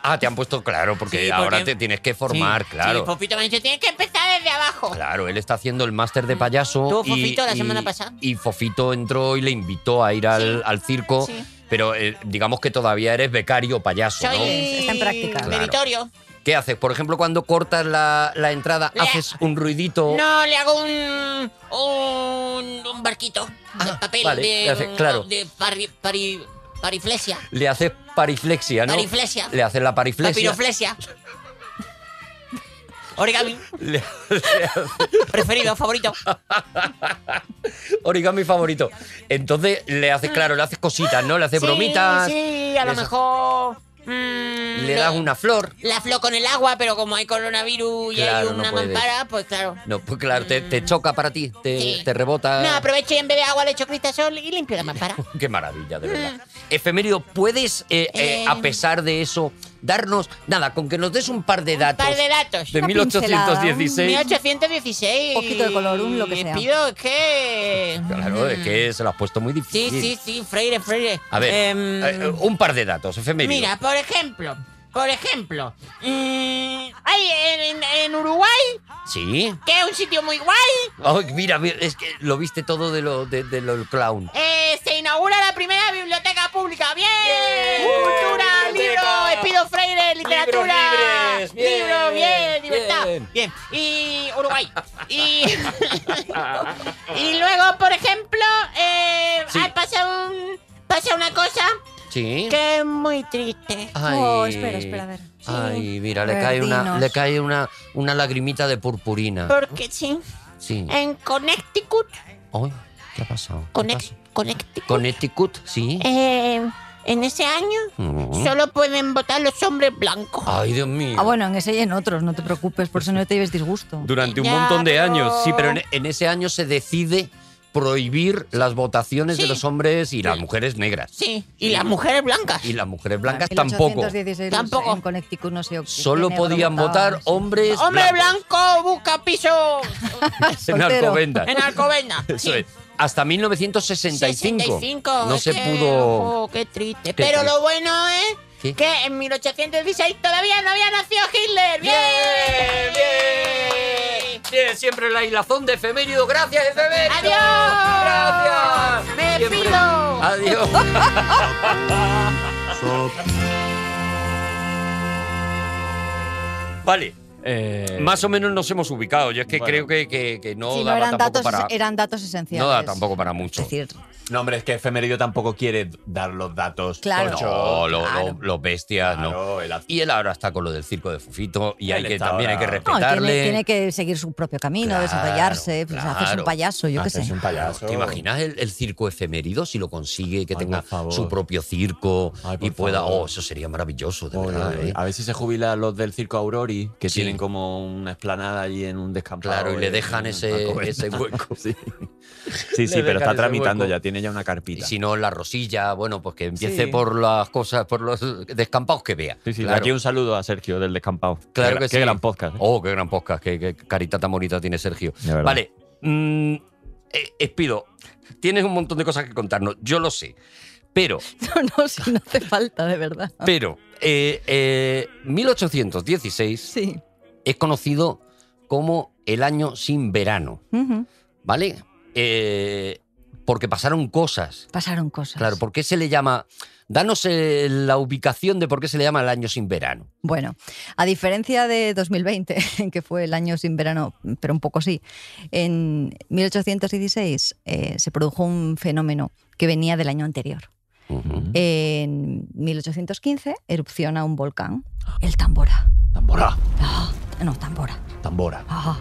Ah, te han puesto claro, porque
Sí,
ahora
porque-
te tienes que formar, claro.
Sí, Fofito me ha dicho, tienes que empezar desde abajo.
Claro, él está haciendo el máster de payaso.
Mm. Tuvo
y-
Fofito la
y-
semana pasada.
Y Fofito entró y le invitó a ir al,
Sí,
al circo.
sí.
Pero eh, digamos que todavía eres becario payaso,
Soy
¿no?
Está en práctica. Claro.
meritorio.
¿Qué haces? Por ejemplo, cuando cortas la, la entrada,
Le-
haces un ruidito.
No, le hago un, un, un barquito de
Ah,
papel
vale,
de,
le hace- claro.
de pari, pari, pariflesia.
Le haces pariflexia, ¿no?
Pariflesia.
Le haces la pariflexia.
Papiroflesia. Origami,
Le- le haces-
preferido, favorito.
origami favorito. Entonces le haces, claro, le haces cositas, ¿no? Le haces
Sí,
bromitas.
Sí, a lo
Esa-
mejor. mm,
Le das una flor.
La flo con el agua, pero como hay coronavirus y
Claro,
hay
no
una
puedes.
mampara, pues claro.
No, pues claro, te, te choca para ti, te,
Sí.
te rebota.
No, aprovecho y en vez de agua le echo cristasol y limpio la mampara.
Qué maravilla, de verdad.
Mm.
Efemérido, ¿puedes, eh, eh,
Eh.
a pesar de eso, darnos, nada, con que nos des un par de datos
Par de datos.
de
Una pincelada,
1816?
1816.
Un poquito de color, un lo que sea.
Pido es que.
Mm.
Claro, es que se lo has puesto muy
Sí,
difícil.
sí, sí, Freire, Freire.
A ver,
Em,
eh, un par de datos, efemérido.
mira, por ejemplo, por ejemplo, mm, hay en, en Uruguay,
Sí.
que es un sitio muy guay,
Ay, mira, mira, es que lo viste todo de lo, de, de lo del clown.
eh, se inaugura la primera biblioteca pública. ¡Bien! Cultura,
biblioteca.
libro, Espido Freire, literatura.
libres, bien,
Libro, bien, libertad.
bien.
Bien. Y Uruguay. y, y luego, por ejemplo, eh,
Sí.
ah, pasa, un, pasa una cosa
Sí.
que es muy triste.
Ay.
Oh, espera, espera, a ver.
Ay, mira,
A
le
ver,
cae, una,
dinos.
le cae una, una lagrimita de purpurina.
Porque sí,
Sí.
eh.
en Connecticut,
Ay, ¿qué ha pasado? ¿Qué
e
Connect-
pasa?
Connecticut,
Connecticut, sí.
eh, en ese año
Mm.
solo pueden votar los hombres blancos.
Ay, Dios mío.
Ah, bueno, en ese y en otros, no te preocupes, por eso no te lleves disgusto.
Durante un
Ya,
montón de
pero-
años. Sí, pero en, en ese año se decide prohibir las votaciones de
Sí. Ah,
los hombres y las mujeres negras.
Sí, y las mujeres blancas.
Y las mujeres blancas
En
tampoco.
1816
Tampoco.
En Connecticut no sé.
Solo podían votar hombres
Hombre
blancos
blanco busca piso
en
soltero.
Alcobendas.
en Alcobendas.
Eso
Sí.
es. Hasta 1965.
65,
No
es
se
que,
pudo.
ojo, qué triste.
Qué
Pero
triste.
lo bueno es
¿Qué?
que en 1816 todavía no había nacido Hitler. ¡Bien!
bien. Bien, siempre la hilazón de efemérido. Gracias, efemérido.
¡Adiós!
Gracias.
¡Me
Siempre.
pido!
Adiós. Vale,
Eh,
más o menos nos hemos ubicado. Yo es que
Bueno.
creo que, que- que no
Si no
daba
eran
tampoco
datos,
para.
eran datos esenciales.
no da tampoco para mucho.
Es decir,
no, hombre, es que Efemerido tampoco quiere dar los datos.
Claro.
tochos.
No, lo- lo-
claro.
los bestias, no.
Claro, el az-
Y él ahora está con lo del circo de Fufito y hay
Él
que,
está
también hay que
ahora-
no, tiene-
respetarle.
tiene, que seguir su propio camino,
Claro,
desarrollarse, pues,
claro.
hacerse un payaso, yo qué sé.
Haces un payaso.
¿Te imaginas el, el circo efemérido si lo consigue, que
Ay,
tenga
por favor.
su propio circo
Ay, por
y pueda...
favor.
Oh, eso sería maravilloso, de
Oye,
verdad. ¿eh?
A ver si se jubilan los del circo Aurori, que
Sí.
tienen como una explanada allí en un descampado.
Claro, y le
en-
dejan
en
ese-
Alcobendas.
ese hueco.
sí, sí, sí,
Le dejan
pero está
ese
tramitando
hueco.
ya, tiene ya una
Y
carpita.
si no, la rosilla, bueno, pues que empiece
Sí.
por las cosas, por los descampados que vea.
Sí, sí, de
claro.
Aquí un saludo a Sergio del descampado.
Claro
Qué gra-
que
Qué
sí.
gran podcast. ¿eh?
Oh, qué gran podcast, qué, qué carita tan bonita tiene Sergio.
De verdad.
Vale, mm, eh, Espido, tienes un montón de cosas que contarnos, yo lo sé, pero...
No, no, si no hace falta, de verdad.
Ah.
Pero eh, eh, 1816
Sí.
es conocido como el año sin verano,
Ujú.
¿vale? Eh, porque pasaron cosas.
Pasaron cosas.
Claro, ¿por qué se le llama? Danos eh, la ubicación de por qué se le llama el año sin verano.
Bueno, a diferencia de 2020, en que fue el año sin verano, pero un poco sí, en 1816 eh, se produjo un fenómeno que venía del año anterior.
Ujú.
En 1815 erupciona un volcán, el Tambora.
Tambora,
Ah, no, Tambora.
tambora,
Ah.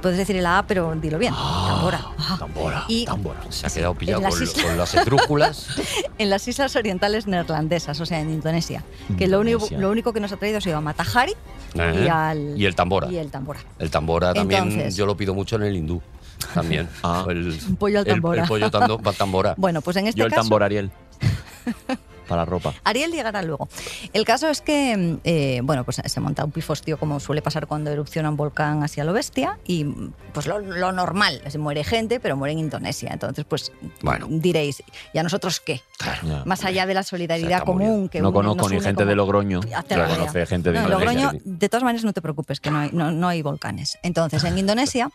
Puedes decir la A, pero dilo bien. Tambora. Ah.
tambora,
Y-
tambora.
Se ha quedado pillado
en las
con,
islas-
con las esdrújulas.
En las islas orientales neerlandesas, o sea, en Indonesia, que lo único,
Indonesia. Eh,
lo único que nos ha traído ha sido a Matahari
Ajá.
y al
Y el tambora.
y el Tambora.
El tambora también
Entonces-
yo lo pido mucho en el hindú. también.
Ah.
O El,
Un pollo al
el-
tambora.
el pollo tando- pa- tambora.
Bueno, pues en este
Yo el
caso.
tambor Ariel. Para ropa.
Ariel llegará luego. El caso es que, eh, bueno, pues se monta un pifostio como suele pasar cuando erupciona un volcán hacia lo bestia y pues lo, lo normal, se muere gente, pero muere en Indonesia. Entonces, pues
Bueno.
diréis, ¿y a nosotros qué?
Ya.
Más allá de la solidaridad
está muy
común que
no
uno
conozco
nos
ni
une
gente
como-
de Logroño.
Hazte la
No
idea.
conoce gente de
No, en
Indonesia.
Logroño, de todas maneras, no te preocupes, que no hay, no, no hay volcanes. Entonces, en Indonesia,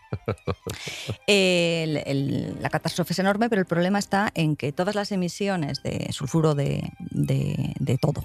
el- el- la catástrofe es enorme, pero el problema está en que todas las emisiones de sulfuro de, de- de todo.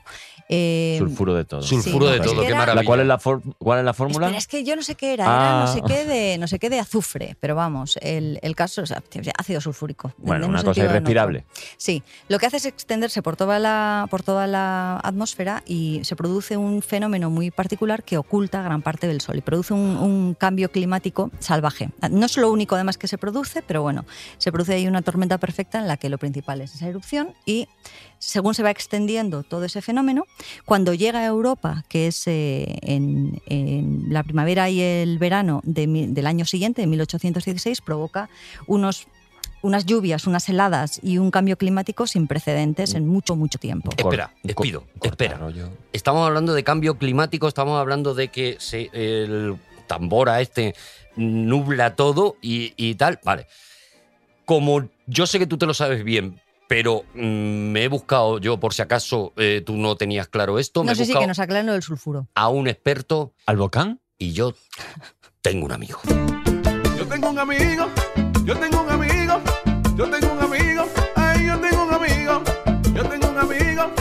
eh,
Sulfuro de todo.
Sulfuro
Sí,
de
no,
todo,
es que
qué
era-
maravilla.
¿La cuál, es la for- ¿Cuál es la fórmula?
Espera, es que yo no sé qué era, era
Ah.
no sé qué de, no sé qué de azufre, pero vamos, el, el caso es ácido sulfúrico.
bueno,
en un
una cosa
sentido o en otro.
irrespirable.
Sí, lo que hace es extenderse por toda, la, por toda la atmósfera y se produce un fenómeno muy particular que oculta gran parte del Sol y produce un, un cambio climático salvaje. No es lo único además que se produce, pero bueno, se produce ahí una tormenta perfecta en la que lo principal es esa erupción y según se va extendiendo todo ese fenómeno, cuando llega a Europa, que es eh, en, en la primavera y el verano de mi- del año siguiente, de 1816, provoca unos unas lluvias, unas heladas y un cambio climático sin precedentes en mucho, mucho tiempo.
Eh, Espera,
Cor-
despido,
corta
espera.
rollo.
Estamos hablando de cambio climático, estamos hablando de que se, el tambora este nubla todo y, y tal. Vale. Como yo sé que tú te lo sabes bien, pero mm, me he buscado yo, por si acaso eh, tú no tenías claro esto, me
No
he
sé si
buscado
que nos aclaren lo del sulfuro.
a un experto
¿Al volcán?
y yo tengo un amigo.
Yo tengo un amigo, yo tengo un amigo, yo tengo un amigo, ay, yo tengo un amigo, yo tengo un amigo,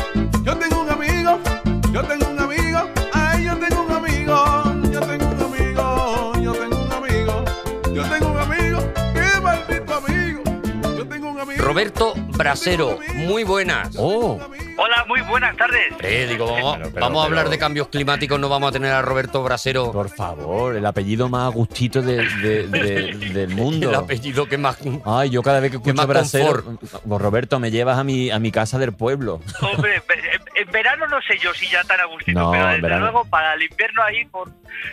yo tengo un amigo, yo tengo un amigo, ay, yo tengo un amigo, yo tengo un amigo, yo tengo un amigo, yo tengo un amigo, qué maldito amigo, yo tengo un amigo.
Roberto Brasero, muy buenas.
¡Oh!
Hola, muy buenas tardes.
Eh, digo, vamos,
Pero, pero,
vamos a hablar
pero-
de cambios climáticos, no vamos a tener a Roberto Brasero,
Por favor, el apellido más a gustito de- de- de- del mundo.
el apellido que más
Ay, yo cada vez que escucho
más
brasero, pues, Roberto, me llevas a mi, a mi casa del pueblo.
Hombre, ve- en- en verano no sé yo si ya tan a gustito,
No,
pero
en
desde
verano.
luego para el invierno ahí por,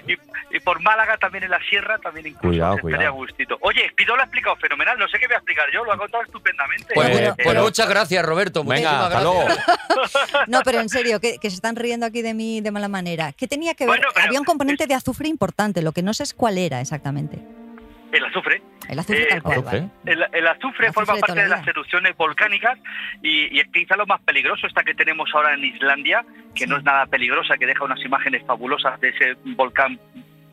y, y por Málaga también en la sierra también incluso
Cuidado,
estaría
cuidado.
a gustito. Oye, Pido lo ha explicado fenomenal, no sé qué voy a explicar yo, lo ha contado estupendamente.
Pues,
Bueno,
pues
pero-
muchas gracias, Roberto.
Venga,
muchísimas
hasta
gracias.
luego.
No, pero en serio, que, que se están riendo aquí de mí de mala manera. ¿Qué tenía que ver?
Bueno, pero-
Había un componente de azufre importante, lo que no sé es cuál era exactamente.
El azufre.
El azufre
Eh,
tal cual,
Azufre.
¿vale?
El, el azufre
Azufre
forma
de toda
parte de
la
las
vida.
erupciones volcánicas y, y es quizá lo más peligroso, esta que tenemos ahora en Islandia, que no es nada peligrosa, que deja unas imágenes fabulosas de ese volcán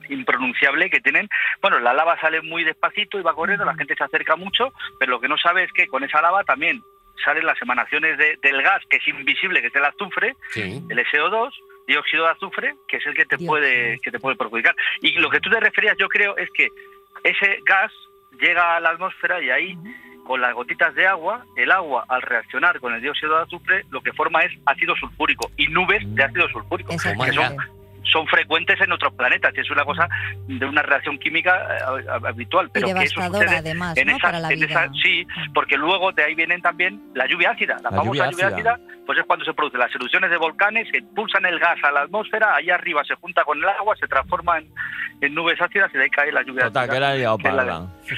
impronunciable que tienen. Bueno, la lava sale muy despacito y va corriendo, la gente se acerca mucho, pero lo que no sabe es que con esa lava también salen las emanaciones de- del gas, que es invisible, que es el azufre,
Sí.
el SO2, dióxido de azufre, que es el que te
Dios
puede
mío.
que te puede perjudicar. Y lo que tú te referías, yo creo, es que ese gas llega a la atmósfera y ahí con las gotitas de agua, el agua al reaccionar con el dióxido de azufre, lo que forma es ácido sulfúrico y nubes de ácido sulfúrico, que son,
Exactamente.
son frecuentes en otros planetas, y es una cosa de una reacción química eh, hab- habitual,
Y
pero que eso
devastadora
sucede
además,
en
¿no?
esa-
Para la
en esa-
vida.
sí, porque luego de ahí vienen también la lluvia ácida, la,
La
famosa
lluvia
lluvia
ácida.
ácida. pues es cuando se producen las erupciones de volcanes, que impulsan el gas a la atmósfera, allá arriba se junta con el agua, se transforma en, en nubes ácidas y de ahí cae la lluvia
Total, que
ácida.
la he liado,
Que la-
parda.
Sí,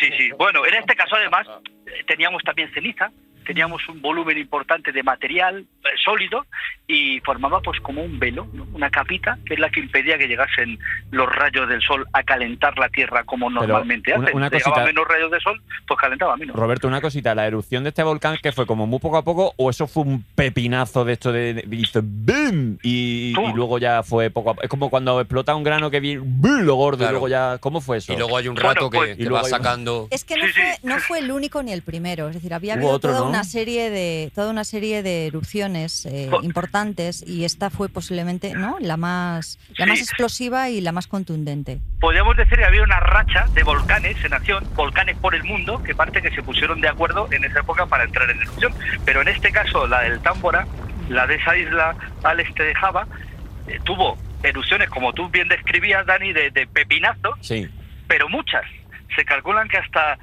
sí, sí. Bueno, en este caso además eh, teníamos también ceniza, teníamos un volumen importante de material eh, sólido y formaba pues como un velo, ¿no? una capita que es la que impedía que llegasen los rayos del sol a calentar la tierra como normalmente
una-
hace.
una
Llegaba
cosita-
menos rayos de sol, pues calentaba menos.
Roberto, una cosita, la erupción de este volcán que fue como muy poco a poco, o eso fue un pepinazo de esto de, de- hizo boom y,
¡Pum!
y luego ya fue poco a poco. Es como cuando explota un grano que viene ¡bum! lo gordo
Claro.
y luego ya. ¿Cómo fue eso?
Y luego hay un
Bueno,
rato que-
pues-
que,
Y luego
va
hay-
sacando.
Es que no,
Sí, sí.
fue, no fue el único ni el primero, es decir, había
Hubo
habido
otro,
toda
¿no?
una serie de toda una serie de erupciones eh,
Jo-
importantes y esta fue posiblemente, ¿no? La más la más
Sí.
explosiva y la más contundente.
Podríamos decir que había una racha de volcanes en acción, volcanes por el mundo, que parte que se pusieron de acuerdo en esa época para entrar en erupción. Pero en este caso, la del Támbora, la de esa isla al este de Java, eh, tuvo erupciones, como tú bien describías, Dani, de, de pepinazos,
Sí.
pero muchas. Se calculan que hasta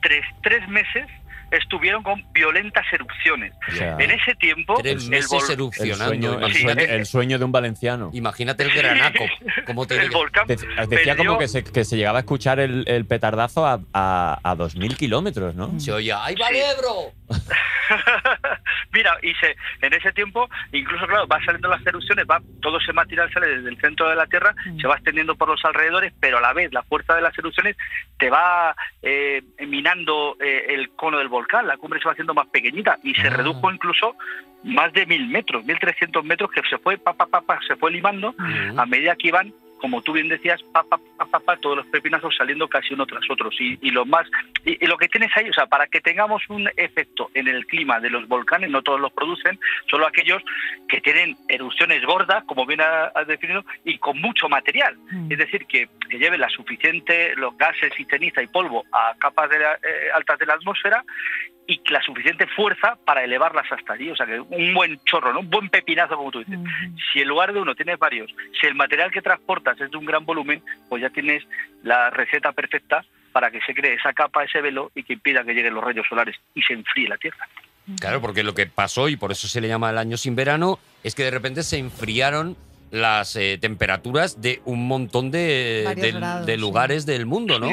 tres, tres meses estuvieron con violentas erupciones.
Ya.
En ese tiempo,
Tres
el,
meses
vol-
El
erupcionando.
sueño, el,
Sí,
sueño,
eh,
el sueño de un valenciano.
Imagínate el granaco. Como te
el
diga.
volcán
De- decía
perdió-
como que se, que se llegaba a escuchar el, el petardazo a, a, a 2.000 kilómetros, ¿no?
Se oye, ¡ay, valebro!
Mira, y se, en ese tiempo, incluso, claro, va saliendo las erupciones, va, todo ese material sale desde el centro de la Tierra, se va extendiendo por los alrededores, pero a la vez la fuerza de las erupciones te va eh, minando eh, el cono del volcán, la cumbre se va haciendo más pequeñita y se
Ah.
redujo incluso más de mil metros, 1.300 metros que se fue, pa, pa, pa, pa, se fue limando a medida que iban, como tú bien decías, pa, pa, pa, pa, pa, todos los pepinazos saliendo casi uno tras otro. Y, y lo más, y, y lo que tienes ahí, o sea, para que tengamos un efecto en el clima de los volcanes, no todos los producen, solo aquellos que tienen erupciones gordas, como bien ha- has definido, y con mucho material. Es decir, que, que lleven la suficiente, los gases y ceniza y polvo a capas de la- eh, altas de la atmósfera y la suficiente fuerza para elevarlas hasta allí. O sea, que un buen chorro, ¿no? un buen pepinazo, como tú dices si en lugar de uno tienes varios, si el material que transportas es de un gran volumen, pues ya tienes la receta perfecta para que se cree esa capa, ese velo y que impida que lleguen los rayos solares y se enfríe la Tierra.
Claro, porque lo que pasó, y por eso se le llama el año sin verano, es que de repente se enfriaron las eh, temperaturas de un montón de,
Varios
de-
grados,
Eh, de
sí.
lugares del mundo, ¿no?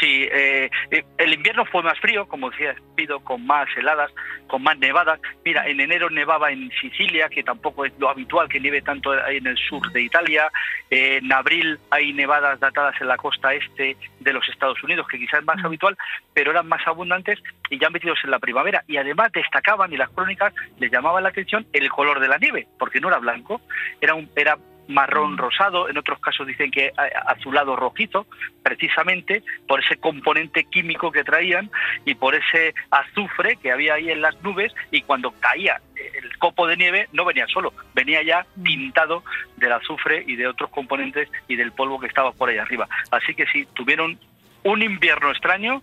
Sí, eh, eh, el invierno fue más frío, como decía Pido, con más heladas, con más nevadas. Mira, en enero nevaba en Sicilia, que tampoco es lo habitual que nieve tanto ahí en el sur de Italia. Eh, en abril hay nevadas datadas en la costa este de los Estados Unidos, que quizás es más habitual, pero eran más abundantes y ya metidos en la primavera. Y además destacaban, y las crónicas les llamaban la atención, el color de la nieve, porque no era blanco, era un... Era marrón rosado, en otros casos dicen que a- azulado rojizo, precisamente por ese componente químico que traían y por ese azufre que había ahí en las nubes y cuando caía el copo de nieve no venía solo, venía ya tintado del azufre y de otros componentes y del polvo que estaba por ahí arriba. Así que sí, tuvieron un invierno extraño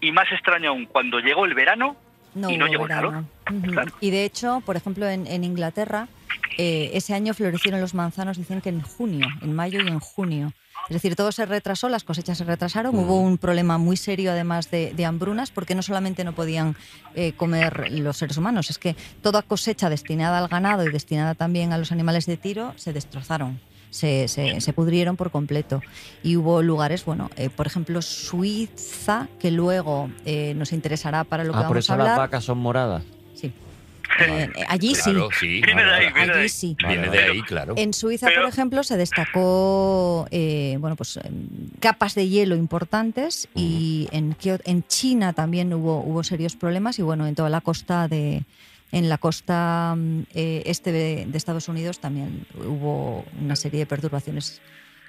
y más extraño aún cuando llegó el verano.
No
Y no
hubo
llegó el
verano. Ujú.
Claro.
Y de hecho, por ejemplo, en, en Inglaterra, eh, ese año florecieron los manzanos, dicen que en junio, en mayo y en junio. Es decir, todo se retrasó, las cosechas se retrasaron, hubo un problema muy serio además de, de hambrunas, porque no solamente no podían eh, comer los seres humanos, es que toda cosecha destinada al ganado y destinada también a los animales de tiro se destrozaron. Se, se- se pudrieron por completo. Y hubo lugares, bueno, eh, por ejemplo, Suiza, que luego eh, nos interesará para lo que
Ah, por
vamos
eso
a hablar.
las vacas son moradas.
Sí. Eh, eh, allí
Claro, sí.
Viene de ahí,
Ahora,
viene de ahí.
Allí sí.
Vale,
Viene de
vale.
ahí, claro.
eh,
En Suiza,
Pero-
por ejemplo, se destacó eh, bueno, pues, em, capas de hielo importantes y en, Kio- en China también hubo, hubo serios problemas y bueno, en toda la costa de en la costa mm, eh, este de, de Estados Unidos también hubo una serie de perturbaciones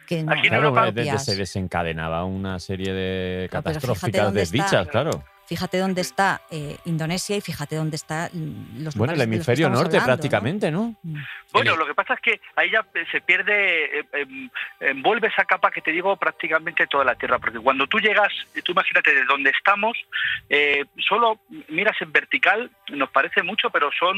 que no,
Aquí no
Claro,
lo
de- de-
propias.
se desencadenaba una serie de
Ah, pero fíjate
catastróficas
dónde está.
desdichas, claro.
Fíjate dónde está eh, Indonesia y fíjate dónde está mm, los
Bueno,
lugares de los
el
que
hemisferio
estamos
norte
hablando, ¿no?
prácticamente, ¿no?
Bueno,
En el-
lo que pasa es que ahí ya se pierde, eh, em, envuelve esa capa que te digo prácticamente toda la Tierra, porque cuando tú llegas, tú imagínate de donde estamos, eh, solo miras en vertical, nos parece mucho, pero son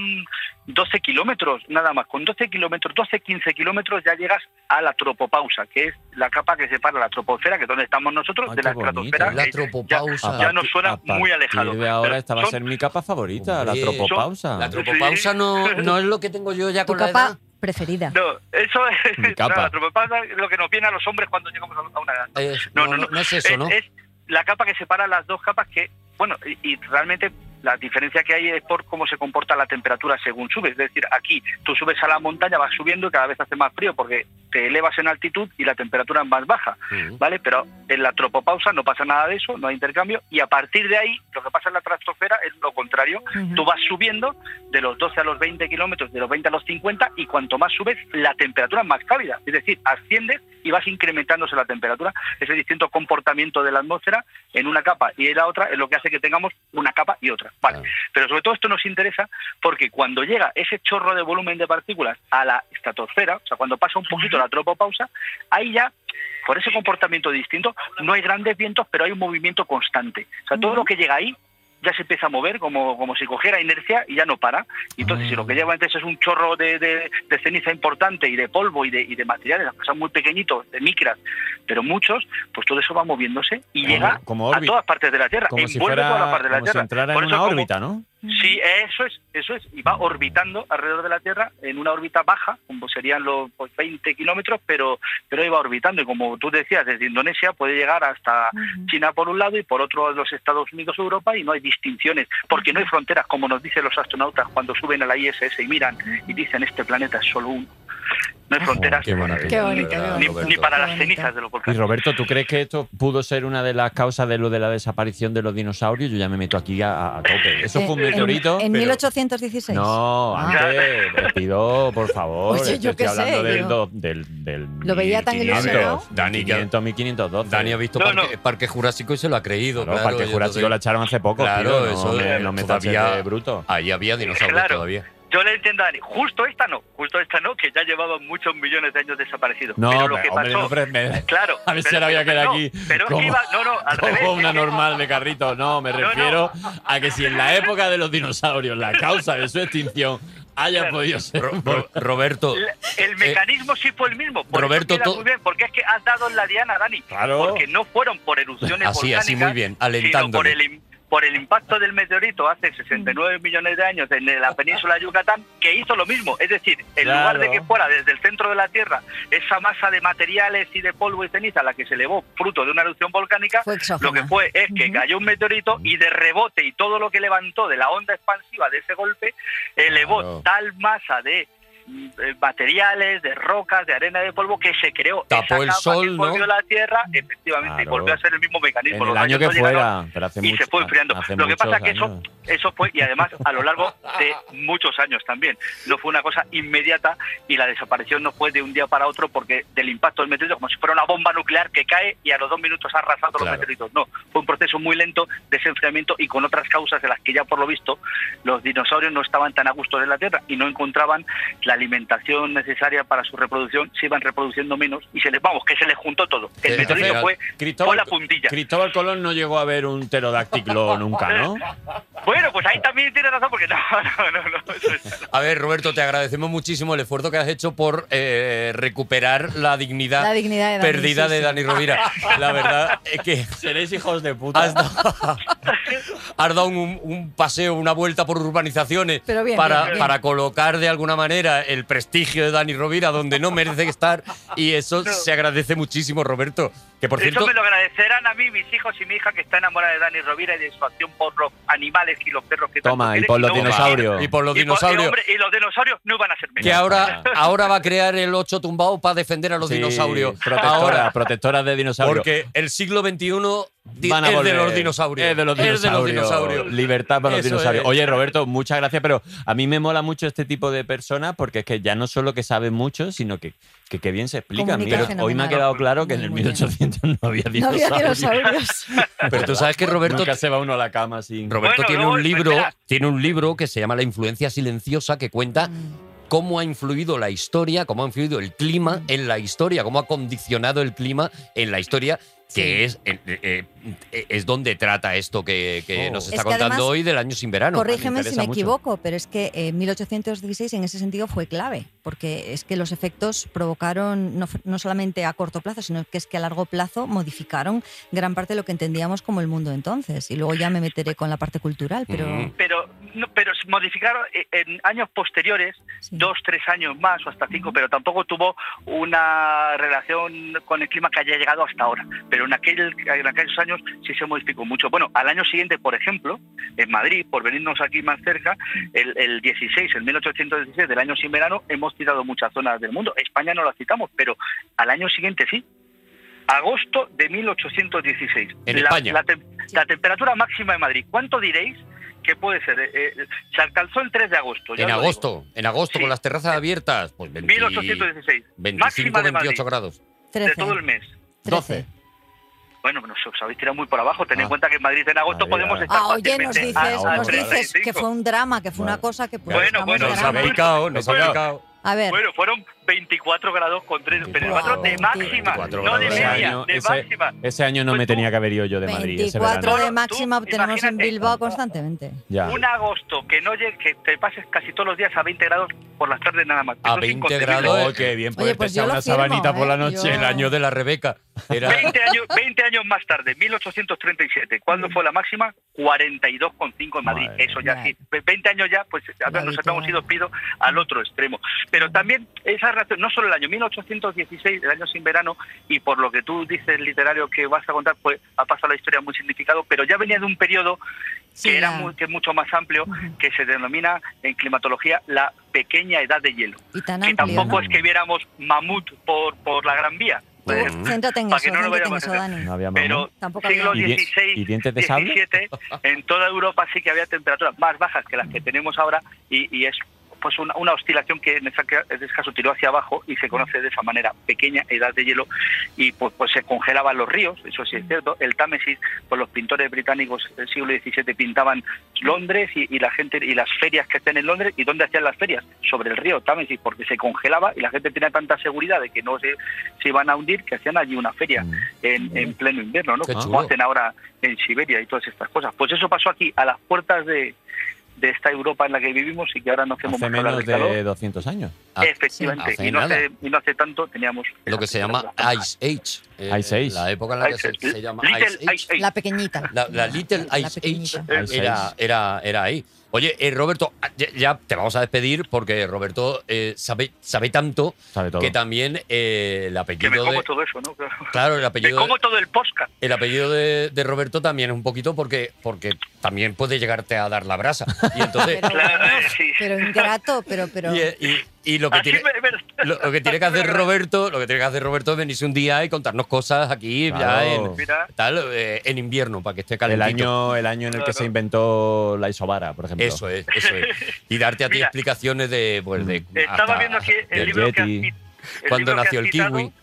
12 kilómetros nada más. Con 12 kilómetros, 12, 15 kilómetros ya llegas a la tropopausa, que es la capa que separa la troposfera, que es donde estamos nosotros,
Ah,
de
qué
la
bonito.
estratosfera.
la
que ya- eh,
tropopausa.
A
Ya nos
parti-
suena
a partir
muy alejado,
de ahora
pero
esta va a
son-
ser mi capa favorita,
Hombre,
la tropopausa.
La tropopausa no, no es lo que tengo yo ya
Tu
con la edad.
capa preferida.
No, eso es
Mi capa.
no, la tropopausa es lo que nos viene a los hombres cuando llegamos a una edad.
Eh,
No,
no,
no, Eh, no.
no es eso, ¿no?
Es, es la capa que separa las dos capas que, bueno, y, y realmente la diferencia que hay es por cómo se comporta la temperatura según subes. Es decir, aquí tú subes a la montaña, vas subiendo y cada vez hace más frío porque te elevas en altitud y la temperatura es más baja,
Mm.
¿vale? Pero en la tropopausa no pasa nada de eso, no hay intercambio y a partir de ahí lo que pasa en la trastosfera es lo contrario.
Ujú.
Tú vas subiendo de los 12 a los 20 kilómetros, de los 20 a los 50 y cuanto más subes, la temperatura es más cálida. Es decir, asciendes y vas incrementándose la temperatura. Ese distinto comportamiento de la atmósfera en una capa y en la otra es lo que hace que tengamos una capa y otra. Vale.
Claro.
Pero sobre todo esto nos interesa porque cuando llega ese chorro de volumen de partículas a la estratosfera, o sea, cuando pasa un poquito la tropopausa, ahí ya por ese comportamiento distinto, no hay grandes vientos, pero hay un movimiento constante. O sea, todo lo que llega ahí ya se empieza a mover como, como si cogiera inercia y ya no para. Y entonces, si lo que lleva antes es un chorro de, de- de ceniza importante y de polvo y de, y de materiales, aunque sean muy pequeñitos, de micras, pero muchos, pues todo eso va moviéndose y
Como-
llega
como
a
órbi-
todas partes de la Tierra,
Como si
envuelve todas las
fuera
partes de la
como si
Tierra.
entrara
Por
en
eso
una
es como-
órbita, ¿no?
Sí, eso es, eso es. Y va orbitando alrededor de la Tierra en una órbita baja, como serían los pues, 20 kilómetros, pero, pero iba orbitando. Y como tú decías, desde Indonesia puede llegar hasta
Ujú.
China por un lado y por otro los Estados Unidos, Europa, y no hay distinciones, porque no hay fronteras, como nos dicen los astronautas cuando suben a la ISS y miran y dicen, este planeta es solo uno. No hay fronteras
Qué maravilla.
Qué bonito,
de verdad,
qué
ni,
bonito.
ni
Roberto.
para
Qué
las
bonito.
cenizas de los
Y
volcanes.
Roberto, ¿tú crees que esto pudo ser una de las causas de lo de la desaparición de los dinosaurios? Yo ya me meto aquí a, a tope. Eso
Eh,
fue un
en-
meteorito.
En,
pero-
1816.
No,
Ah.
antes, te pido, por favor.
Oye, yo
estoy
qué sé,
hablando del,
yo-
do- del, del
Lo veía tan
1500,
ilusionado.
Dani, que-
1500, 1512.
Dani ha visto
eh, No,
parque,
no.
Parque Jurásico y se lo ha creído.
Claro,
claro,
Parque
y
Jurásico
entonces-
la echaron hace poco,
Claro,
tío,
eso,
no, me-
eh,
no me taches
todavía-
de bruto.
Ahí había dinosaurios
Claro.
todavía.
Yo le entiendo a Dani, justo esta no, justo esta no, que ya llevaba muchos millones de años desaparecido.
No,
pero lo
hombre,
que
hombre,
pasó,
no, pero me-
Claro.
A ver si ahora
pero-
voy a
pero-
quedar
no,
aquí
Pero es
como-
que iba, no, no, al revés.
como una
es que-
normal de carrito. No, me
No, no.
refiero a que si en la época de los dinosaurios la causa de su extinción haya
Claro.
podido ser
Ro- Ro- Roberto, eh,
el- El mecanismo sí fue el mismo. Por eso
Roberto,
queda
to-
muy bien, porque es que has dado en la diana, Dani.
Claro.
Porque no fueron por erupciones
Así, así,
volcánicas,
muy bien,
sino
alentándole.
por el, im- por el impacto del meteorito hace 69 millones de años en la península de Yucatán, que hizo lo mismo. Es decir, en lugar de
Claro.
que fuera desde el centro de la Tierra esa masa de materiales y de polvo y ceniza a la que se elevó fruto de una erupción volcánica,
Fue
lo que
exógena.
fue es que
Ujú.
cayó un meteorito y de rebote y todo lo que levantó de la onda expansiva de ese golpe elevó
Claro.
tal masa de mm, eh, materiales, de rocas, de arena, de polvo que se creó.
Tapó
esa
el
capa
sol,
que
¿no?
cubrió la Tierra, efectivamente, y
Claro.
volvió a ser el mismo
en
mecanismo.
el
Los
año que
años no llegaron
fuera. Pero hace
y
mucho-
se fue enfriando.
hace
Lo que pasa
muchos
es que eso,
años.
eso fue, y además a lo largo de muchos años también, no fue una cosa inmediata y la desaparición no fue de un día para otro porque del impacto del meteorito, como si fuera una bomba nuclear que cae y a los dos minutos ha arrasado
Claro.
los meteoritos. No, fue un proceso muy lento de ese enfriamiento y con otras causas de las que ya por lo visto los dinosaurios no estaban tan a gusto en la Tierra y no encontraban la alimentación necesaria para su reproducción, se iban reproduciendo menos y se les, vamos, que se les juntó todo. Que
Eh,
el meteorito
al
fue, fue
Cristóbal,
la puntilla.
Cristóbal Colón no llegó a ver un pterodáctilo nunca, ¿no?
Bueno, pues ahí también tiene razón, porque no, no, no, no. eso es-
a ver, Roberto, te agradecemos muchísimo el esfuerzo que has hecho por eh, recuperar la dignidad,
La dignidad de Dani,
perdida
sí,
de
sí.
Dani Rovira. La verdad es que
Seréis hijos de puta.
has dado, has dado un, un paseo, una vuelta por urbanizaciones
Pero bien,
para,
bien, bien.
para colocar de alguna manera el prestigio de Dani Rovira donde no merece estar y eso
No.
se agradece muchísimo, Roberto. Que por cierto,
Eso me lo agradecerán a mí, mis hijos y mi hija, que está enamorada de Dani Rovira y de su acción por los animales y los perros que tanto
Toma, y
quiere,
por los
no-
dinosaurios.
y por los
y por- y,
dinosaurios.
hombre, y los dinosaurios no van a ser
Que
menos.
ahora, ahora va a crear el 8 tumbado para defender a los
Sí,
dinosaurios.
Protectora,
Ahora,
protectora de dinosaurios.
porque el siglo XXI di-
Van a
es de
volver.
los dinosaurios.
Es de los dinosaurios.
dinosaurios.
Libertad para los
Eso
dinosaurios.
es.
Oye, Roberto, muchas gracias, pero a mí me mola mucho este tipo de personas porque es que ya no solo que saben mucho, sino que, que, que bien se explican.
Comunica
Mira, hoy me ha
fenomenal.
quedado claro que en
Muy,
el
muy bien.
1800 no había
No
dinosaurios.
había dinosaurios.
Pero tú sabes que Roberto,
Nunca se va uno a la cama sin...
Roberto
Bueno,
tiene,
no,
un libro,
espera.
tiene un libro que se llama La influencia silenciosa que cuenta
Mm.
pues
cómo ha influido la historia, cómo ha influido el clima en la historia, cómo ha condicionado el clima en la historia, que es, eh, eh, eh, es donde trata esto que, que
Oh.
nos
Es
está
que
contando
además-
hoy del año sin verano.
Corrígeme si
interesa
me
mucho.
equivoco, pero es que eh, 1816 en ese sentido fue clave, porque es que los efectos provocaron no, f- no solamente a corto plazo, sino que es que a largo plazo modificaron gran parte de lo que entendíamos como el mundo entonces. Y luego ya me meteré con la parte cultural, pero...
Mm.
Pero, no, pero modificaron eh, en años posteriores,
sí.
dos, tres años más o hasta cinco, pero tampoco tuvo una relación con el clima que haya llegado hasta ahora. Pero en, aquel, en aquellos años sí se modificó mucho. Bueno, al año siguiente, por ejemplo, en Madrid, por venirnos aquí más cerca, el, el 16, el 1816 del año sin verano, hemos citado muchas zonas del mundo. España no la citamos, pero al año siguiente sí. Agosto de 1816.
En
La-
España.
la tem- la temperatura máxima de Madrid. ¿Cuánto diréis que puede ser? Eh, eh, se alcanzó el 3 de agosto. ya
En
os lo digo.
agosto, en agosto,
Sí.
con las terrazas abiertas, pues 20
1816.
25,
máxima de
28
Madrid.
grados.
De
13,
todo el mes.
13.
Bueno, nos os habéis tirado muy por abajo. Tened
Ah.
en cuenta que en Madrid en agosto
Madrid,
podemos
ah.
estar.
Ah, oye, nos
fácilmente
dices,
Ah,
a- a
nos
claro,
dices que
35.
fue un drama, que fue una
Bueno,
cosa que pues
Bueno,
estamos
bueno,
Nos ha
grabando.
sabéis.
picado, nos ha
Bueno,
picado.
A ver,
Bueno, fueron 24 grados con 3, 24 de
24.
máxima,
24
no
grados.
de
Ese
media,
año,
de
ese-
máxima.
ese año no
Pues
me
tú,
tenía que haber ido yo de Madrid ese
24
verano.
de
Bueno,
máxima
tú
tenemos en
imagínate.
Bilbao constantemente.
Ya.
Un agosto que no llegue, que te pases casi todos los días a 20 grados por las tardes nada más.
A
Eso es
20
inconcebible.
grados.
Oh, qué bien,
Oye,
poderte
pues yo
echar
lo
una
firmo,
sabanita por la
¿eh?
noche.
Yo-
El año de la Rebeca. Era
20 años, 20 años más tarde, 1837, ¿cuándo fue la máxima? 42,5 en Madrid.
Madre
Eso ya
Mm. mía.
sí. 20 años ya, pues a ver, nos
habitual.
hemos ido pido al otro extremo. Pero también esa razón, no solo el año 1816, el año sin verano, y por lo que tú dices, literario, que vas a contar, pues ha pasado la historia muy significado, pero ya venía de un periodo
Sí,
que era
ya.
mu- que es mucho más amplio,
Ujú.
que se denomina en climatología la pequeña edad de hielo.
Y tan
Que
amplio. ¿no?
tampoco es que viéramos mamut por, por la Gran Vía.
Tú
Mm.
Pues,
Céntrate en
para
eso,
que no lo
céntrate en
vayamos
eso,
a hacer.
Dani.
No había
pero
mamut.
Tampoco había-
siglo
¿Y die-
XVI,
y dientes de sable?
XVII, en toda Europa sí que había temperaturas más bajas que las que tenemos ahora y, y es pues una, una oscilación que en esa- en ese caso tiró hacia abajo y se conoce de esa manera, pequeña edad de hielo, y pues, pues se congelaban los ríos, eso sí es cierto, el Támesis, pues los pintores británicos del siglo XVII pintaban Londres y, y la gente y las ferias que estén en Londres, ¿y dónde hacían las ferias? Sobre el río Támesis, porque se congelaba y la gente tenía tanta seguridad de que no se, se iban a hundir que hacían allí una
Mm.
feria en, en pleno invierno, ¿no?
Qué
Como
chulo.
hacen ahora en Siberia y todas estas cosas. Pues eso pasó aquí, a las puertas de, de esta Europa en la que vivimos y que ahora nos hemos
Hace menos de 200 años.
Ah,
Efectivamente,
hace
y, no
nada.
hace, y no hace tanto teníamos...
lo que se llama Ice Age. eh,
Ice Age.
La época en la que
Ice
se,
Age.
se llama
Little
Ice Age.
Ice Age.
La pequeñita.
La, la Little
La
Ice
pequeñita.
Age
Ice
era,
Age.
era, era ahí. Oye, eh, Roberto, ya, ya te vamos a despedir porque Roberto eh, sabe, sabe tanto
Sabe todo.
que también eh, el
Que me
apellido
como
de...
todo eso, ¿no? Claro.
Claro, el
Me
apellido,
como todo el posca.
el apellido de, de Roberto también es un poquito porque, porque también puede llegarte a dar la brasa. Y entonces...
Pero,
Claro,
bueno,
eh, sí.
pero ingrato, pero, pero
y, eh, y- y lo que
Así
tiene...
me- me-
Lo, lo que tiene que hacer Roberto, lo que tiene que hacer Roberto es venirse un día y contarnos cosas aquí
Claro.
ya en,
Mira,
tal, eh, en invierno para que esté
El
calentito.
año, el año en el que
Claro.
se inventó la isobara, por ejemplo.
Eso es, eso es. Y darte a ti
Mira. Mm.
explicaciones de, pues, de
estaba
hasta-
viendo aquí el
del
libro que has
Yeti.
cit- el
Cuando
libro que
nació
has
el
citado.
kiwi.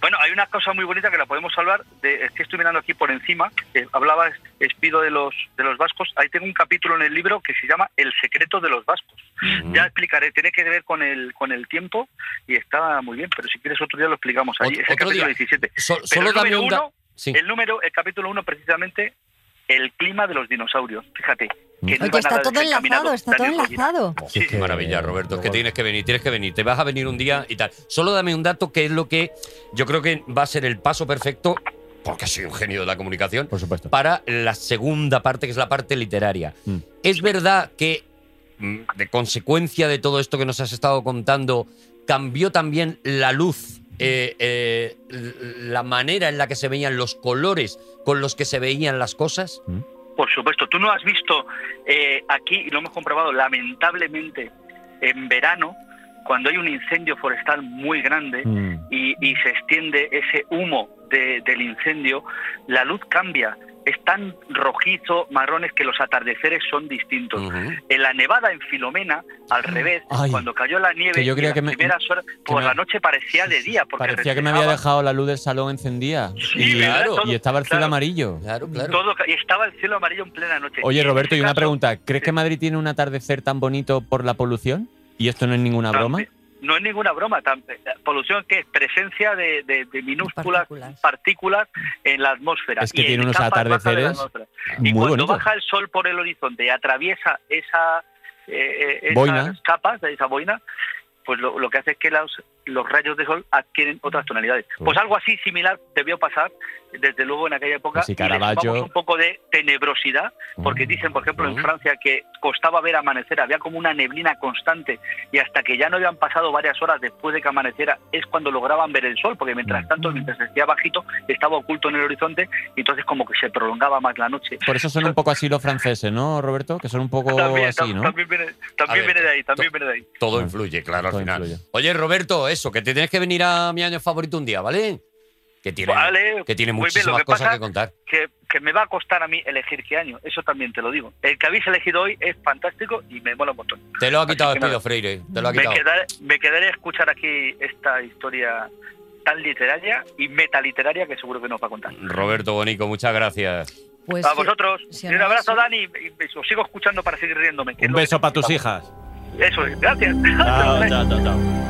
Bueno, hay una cosa muy bonita que la podemos hablar. De, es que estoy mirando aquí por encima. eh, hablaba Espido de los, de los vascos. Ahí tengo un capítulo en el libro que se llama El secreto de los vascos.
Mm.
Ujú.
Ya explicaré, tiene que ver con el con el tiempo y está muy bien, pero si quieres otro día lo explicamos ahí,
Otro-
es el
otro
capítulo
día.
17.
So-
Pero
solo
el
dame
número
un da-
uno,
Sí.
el número, el capítulo 1 precisamente, el clima de los dinosaurios, fíjate.
Mm.
Que no
Oye,
iba
está
nada
todo enlazado,
desencaminado,
está todo
Daniel Goldin.
enlazado.
Sí, Oh, qué maravilla, Roberto. Es que tienes que venir, tienes que venir. Te vas a venir un día y tal. Solo dame un dato que es lo que yo creo que va a ser el paso perfecto, porque soy un genio de la comunicación,
Por supuesto.
para la segunda parte, que es la parte literaria.
Mm.
¿Es verdad que, mm, de consecuencia de todo esto que nos has estado contando, cambió también la luz, eh, eh, l- la manera en la que se veían los colores con los que se veían las cosas?
Por supuesto, tú no has visto eh, aquí, y lo hemos comprobado lamentablemente, en verano, cuando hay un incendio forestal muy grande,
Mm.
y, y se extiende ese humo de- del incendio, la luz cambia. Es tan rojizo, marrones, que los atardeceres son distintos.
Ujú.
En la nevada en Filomena, al revés,
Mm. Ay,
cuando cayó la nieve,
que yo
en
creía
las
que me-
primeras horas, por
me-
la noche parecía de día. Porque
Parecía que me había
reflejaba
dejado la luz del salón encendida.
Sí,
y,
¿verdad?
claro,
Todo-
y estaba el cielo
claro,
amarillo.
Claro, claro.
todo ca- y estaba el cielo amarillo en plena noche.
Oye,
en
Roberto, y
ese
una
caso,
pregunta. ¿Crees
sí.
que Madrid tiene un atardecer tan bonito por la polución? ¿Y esto no es ninguna broma?
también- No es ninguna broma. tam- la Polución que es presencia de, de- de minúsculas
Partículas.
partículas en la atmósfera.
Es que
y en
tiene unos
capas bajas de la
atardeceres
atmósfera.
Muy
y cuando
bonito.
baja el sol por el horizonte y atraviesa esa, eh, eh, esas
Boina.
capas de esa boina, pues lo, lo que hace es que los, los rayos de sol adquieren otras tonalidades.
Tú.
Pues algo así similar debió pasar, desde luego, en aquella época.
Pues sí,
y le
Caravaggio.
sumamos un poco de tenebrosidad,
Mm.
Mm.
porque dicen, por ejemplo, en Francia que costaba ver amanecer, había como una neblina constante, y hasta que ya no habían pasado varias horas después de que amaneciera, es cuando lograban ver el sol, porque
Mm.
mientras tanto, mientras hacía bajito, estaba oculto en el horizonte, y entonces como que se prolongaba más la noche.
Por eso son un poco así los franceses, ¿no, Roberto? Que son un poco
También,
así, ¿no?
también viene,
Oh,
también
A ver,
viene de ahí, también viene de ahí.
Todo
Bueno,
influye, claro,
todo
al final.
influye.
Oye, Roberto, eso, que te tienes que venir a mi año favorito un día, ¿vale? Que tiene,
Vale,
que tiene
muy bien,
muchísimas
lo Pues, que
cosas
pasa-
que contar.
que, que me va a costar a mí elegir qué año, eso también te lo digo. El que habéis elegido hoy es fantástico y me mola un montón.
Te lo ha quitado
que nada.
Espido Freire, te lo ha
Me
quitado.
quedaré, me quedaré a escuchar aquí esta historia tan literaria y metaliteraria que seguro que nos va a contar.
Roberto Bonico, muchas gracias.
Pues
A
sí.
vosotros,
si
y un
no,
abrazo,
sí.
Dani, y- y os sigo escuchando para seguir riéndome. que es
Un
lo que
beso para tus
necesitamos.
hijas.
Eso es, gracias.
Chao, chao, chao, chao.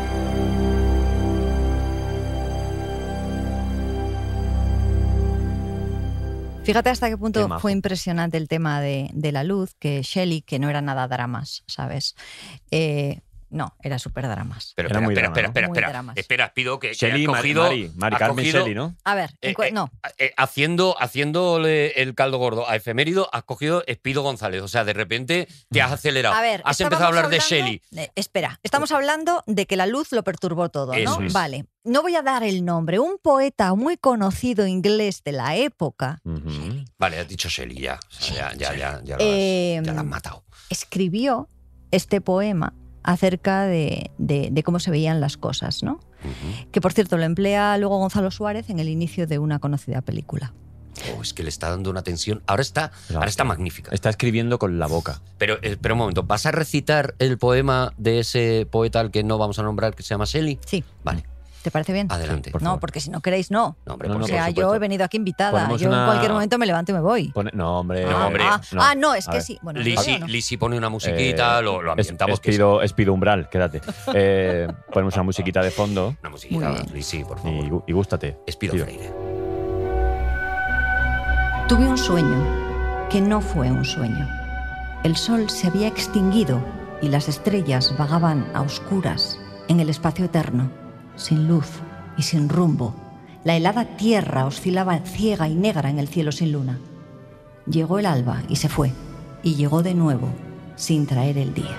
Fíjate hasta qué punto
Qué majo.
fue impresionante el tema de, de la luz, que Shelley, que no era nada dramas, ¿sabes? Eh, no, era súper dramas.
Pero
Era
espera,
muy
espera,
drama,
espera,
¿no?
espera,
Muy
espera,
dramas.
espera, pido que, que
Shelly,
has
Mari,
cogido,
Mari, Mari
has
Carmen
cogido-
Shelley, ¿no?
A ver, en
eh,
cua-
eh,
no,
eh, haciendo, haciéndole el caldo gordo a efemérido, has cogido Espido González. O sea, de repente te
Mm.
has acelerado.
a ver.
has
estábamos
empezado a hablar de
hablando-
Shelley.
eh, espera, estamos hablando de que la luz lo perturbó todo,
Eso
¿no?
es.
Vale, no voy a dar el nombre. Un poeta muy conocido inglés de la época
Ujú.
Vale, has dicho Shelley ya. O sea, ya, ya, ya, ya, lo has,
Eh,
ya la has matado.
escribió este poema acerca de, de- de cómo se veían las cosas, ¿no?
Ujú.
Que por cierto lo emplea luego Gonzalo Suárez en el inicio de una conocida película.
Oh, es que le está dando una tensión. Ahora está,
Claro.
ahora está magnífica.
Está escribiendo con la boca.
Pero espera un momento, ¿vas a recitar el poema de ese poeta al que no vamos a nombrar que se llama Shelley?
Sí,
Vale,
¿te parece bien?
adelante.
Sí, por
no,
favor.
porque si no queréis, no.
No, hombre,
No,
por
no,
o
favor.
sea, yo
supuesto.
he venido aquí invitada.
Ponemos
Yo en
una-
cualquier momento me levanto y me voy.
Pone- No, hombre.
ah,
hombre,
ah, ah, no. es
A
que
ver.
sí. Bueno,
Lisi,
¿no?
Lisi pone una musiquita,
Eh,
lo, lo
Es-
ambientamos. que
espido, espido umbral, quédate. Eh, ponemos una musiquita de fondo
es una musiquita,
Muy bien.
Lisi, por favor.
y, gu- y gústate.
Espido
Espido.
Freire.
Tuve un sueño que no fue un sueño. El sol se había extinguido y las estrellas vagaban a oscuras en el espacio eterno, sin luz y sin rumbo. La helada tierra oscilaba ciega y negra en el cielo sin luna. Llegó el alba y se fue, y llegó de nuevo, sin traer el día.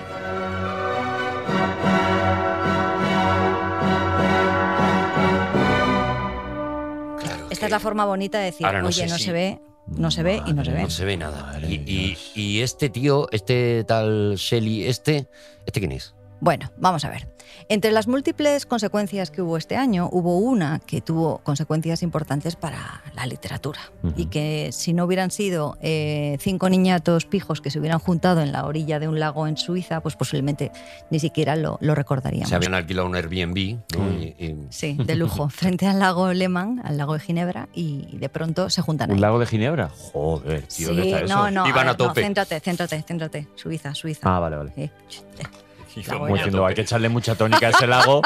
Claro,
Esta
que
es la forma bonita de decir,
Ahora no
oye,
sé
no
si-
se ve, no se ve y no se ve.
No se ve nada.
Madre
Y,
de
y-
Dios.
y este tío, este tal Shelley, este, ¿este quién es?
Bueno, vamos a ver. Entre las múltiples consecuencias que hubo este año, hubo una que tuvo consecuencias importantes para la literatura
Ujú.
y que si no hubieran sido eh, cinco niñatos pijos que se hubieran juntado en la orilla de un lago en Suiza, pues posiblemente ni siquiera lo, lo recordaríamos.
Se habían alquilado un Airbnb, ¿no?
Mm.
Y- y-
Sí, de lujo, frente al lago Lehmann, al lago de Ginebra, y de pronto se juntan
¿Un
ahí.
lago de Ginebra? Joder, tío, ¿dónde
sí,
está
no,
eso?
no,
Iban a
ver, no,
tope.
céntrate, céntrate, céntrate. Suiza, Suiza.
Ah, vale, vale.
Eh, ch, eh.
Iban
Como
a
diciendo,
tope.
hay que echarle mucha tónica a ese lago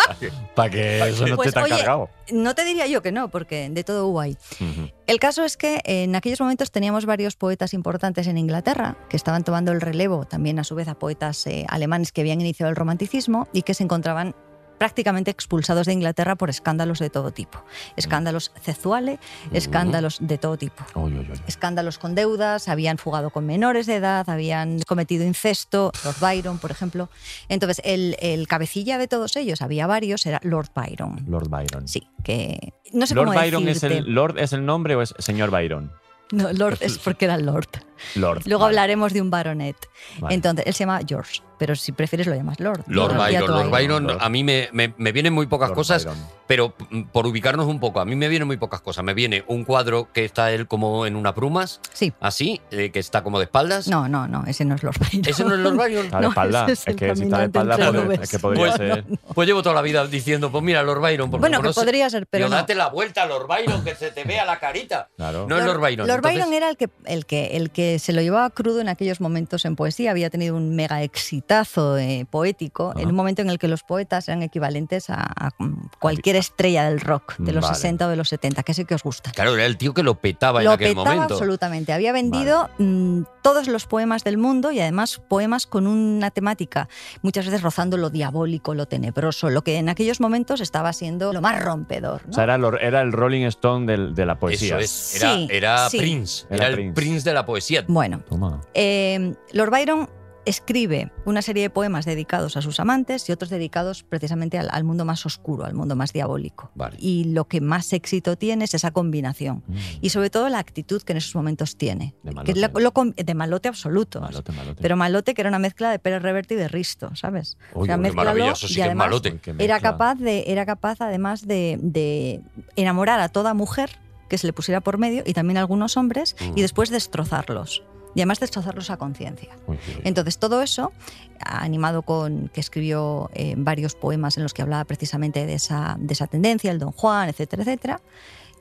para que eso no
Pues,
esté tan
oye,
cargado.
No te diría yo que no, porque de todo hubo ahí.
Ujú.
El caso es que eh, en aquellos momentos teníamos varios poetas importantes en Inglaterra que estaban tomando el relevo también a su vez a poetas eh, alemanes que habían iniciado el romanticismo y que se encontraban prácticamente expulsados de Inglaterra por escándalos de todo tipo. Escándalos sexuales, escándalos de todo tipo.
Uy, uy, uy.
Escándalos con deudas, habían fugado con menores de edad, habían cometido incesto, Lord Byron, por ejemplo. Entonces, el, el cabecilla de todos ellos, había varios, era Lord Byron.
Lord Byron.
Sí, que no sé
Lord
cómo
Byron es
decirte.
el Lord es el nombre o es señor Byron.
No, Lord es porque era Lord.
Lord.
Luego
vale,
hablaremos de un baronet.
vale.
Entonces, él se llama George, pero si prefieres lo llamas Lord.
Lord
Yo lo hacía
Byron,
todo
Lord
ahí.
Byron, a mí me, me- me vienen muy pocas
Lord
cosas,
Byron.
pero mm, por ubicarnos un poco, a mí me vienen muy pocas cosas. Me viene un cuadro que está él como en unas brumas,
Sí.
así, eh, que está como de espaldas.
No, no, no, ese no es Lord Byron.
¿Ese no es Lord Byron?
Está de
No,
espalda.
ese
Es,
es el
que si está de
caminante
espalda,
entre
podría-
nubes.
es que podría
Bueno,
ser.
Pues llevo toda la vida diciendo, pues mira, Lord Byron. porque
Bueno,
como
que
no sé-
podría ser, pero
Digo,
no.
date la vuelta, Lord Byron, que se te vea la carita.
Claro.
No es Lord Byron.
Lord
entonces-
Byron era el que, el, que, el que se lo llevaba crudo en aquellos momentos en poesía. Había tenido un mega exitazo eh, poético
Ajá.
en un momento en el que los poetas eran equivalentes a, a cualquier estrella del rock de los
Mm, Vale.
60 o de los 70, que sé que os gusta.
Claro, era el tío que lo petaba en
Lo
aquel
petaba
momento.
absolutamente. Había vendido mm, todos los poemas del mundo y además poemas con una temática, muchas veces rozando lo diabólico, lo tenebroso, lo que en aquellos momentos estaba siendo lo más rompedor. ¿no?
O sea, era, Lord- era el Rolling Stone del- de la
Eso
poesía.
es. Era,
Sí,
era
sí.
Prince. Era,
Era
el Prince.
Prince.
de la poesía.
Bueno,
Toma.
eh, Lord Byron escribe una serie de poemas dedicados a sus amantes y otros dedicados precisamente al, al mundo más oscuro, al mundo más diabólico.
Vale.
Y lo que más éxito tiene es esa combinación.
Mm.
Y sobre todo la actitud que en esos momentos tiene.
De
Que
malote.
lo- lo com- de malote absoluto. O sea,
Malote, malote.
Pero Malote, que era una mezcla de Pérez Reverte y de Risto, ¿sabes?
Uy, uy, qué
mézclalo
maravilloso, sí
y
que es
además
Malote.
Uy, qué
Era
mezcla.
capaz, de, era capaz además de, de enamorar a toda mujer que se le pusiera por medio y también a algunos hombres
Mm.
y después destrozarlos. Y además destrozarlos a conciencia.
Uy, uy, uy.
Entonces todo eso, animado con que escribió eh, varios poemas en los que hablaba precisamente de esa, de esa tendencia, el Don Juan, etcétera, etcétera,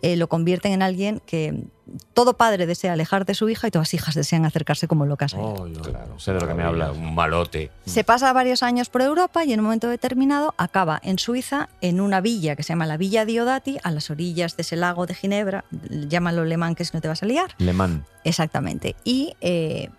eh, lo convierten en alguien que todo padre desea alejar de su hija y todas hijas desean acercarse como locas a él.
Oh, yo sé de lo que me
Habla
hablas.
un malote.
Se pasa varios años por Europa y en un momento determinado acaba en Suiza, en una villa que se llama la Villa Diodati, a las orillas de ese lago de Ginebra, llámalo Le Mans que si no te vas a liar.
Le Mans.
Exactamente. Y eh,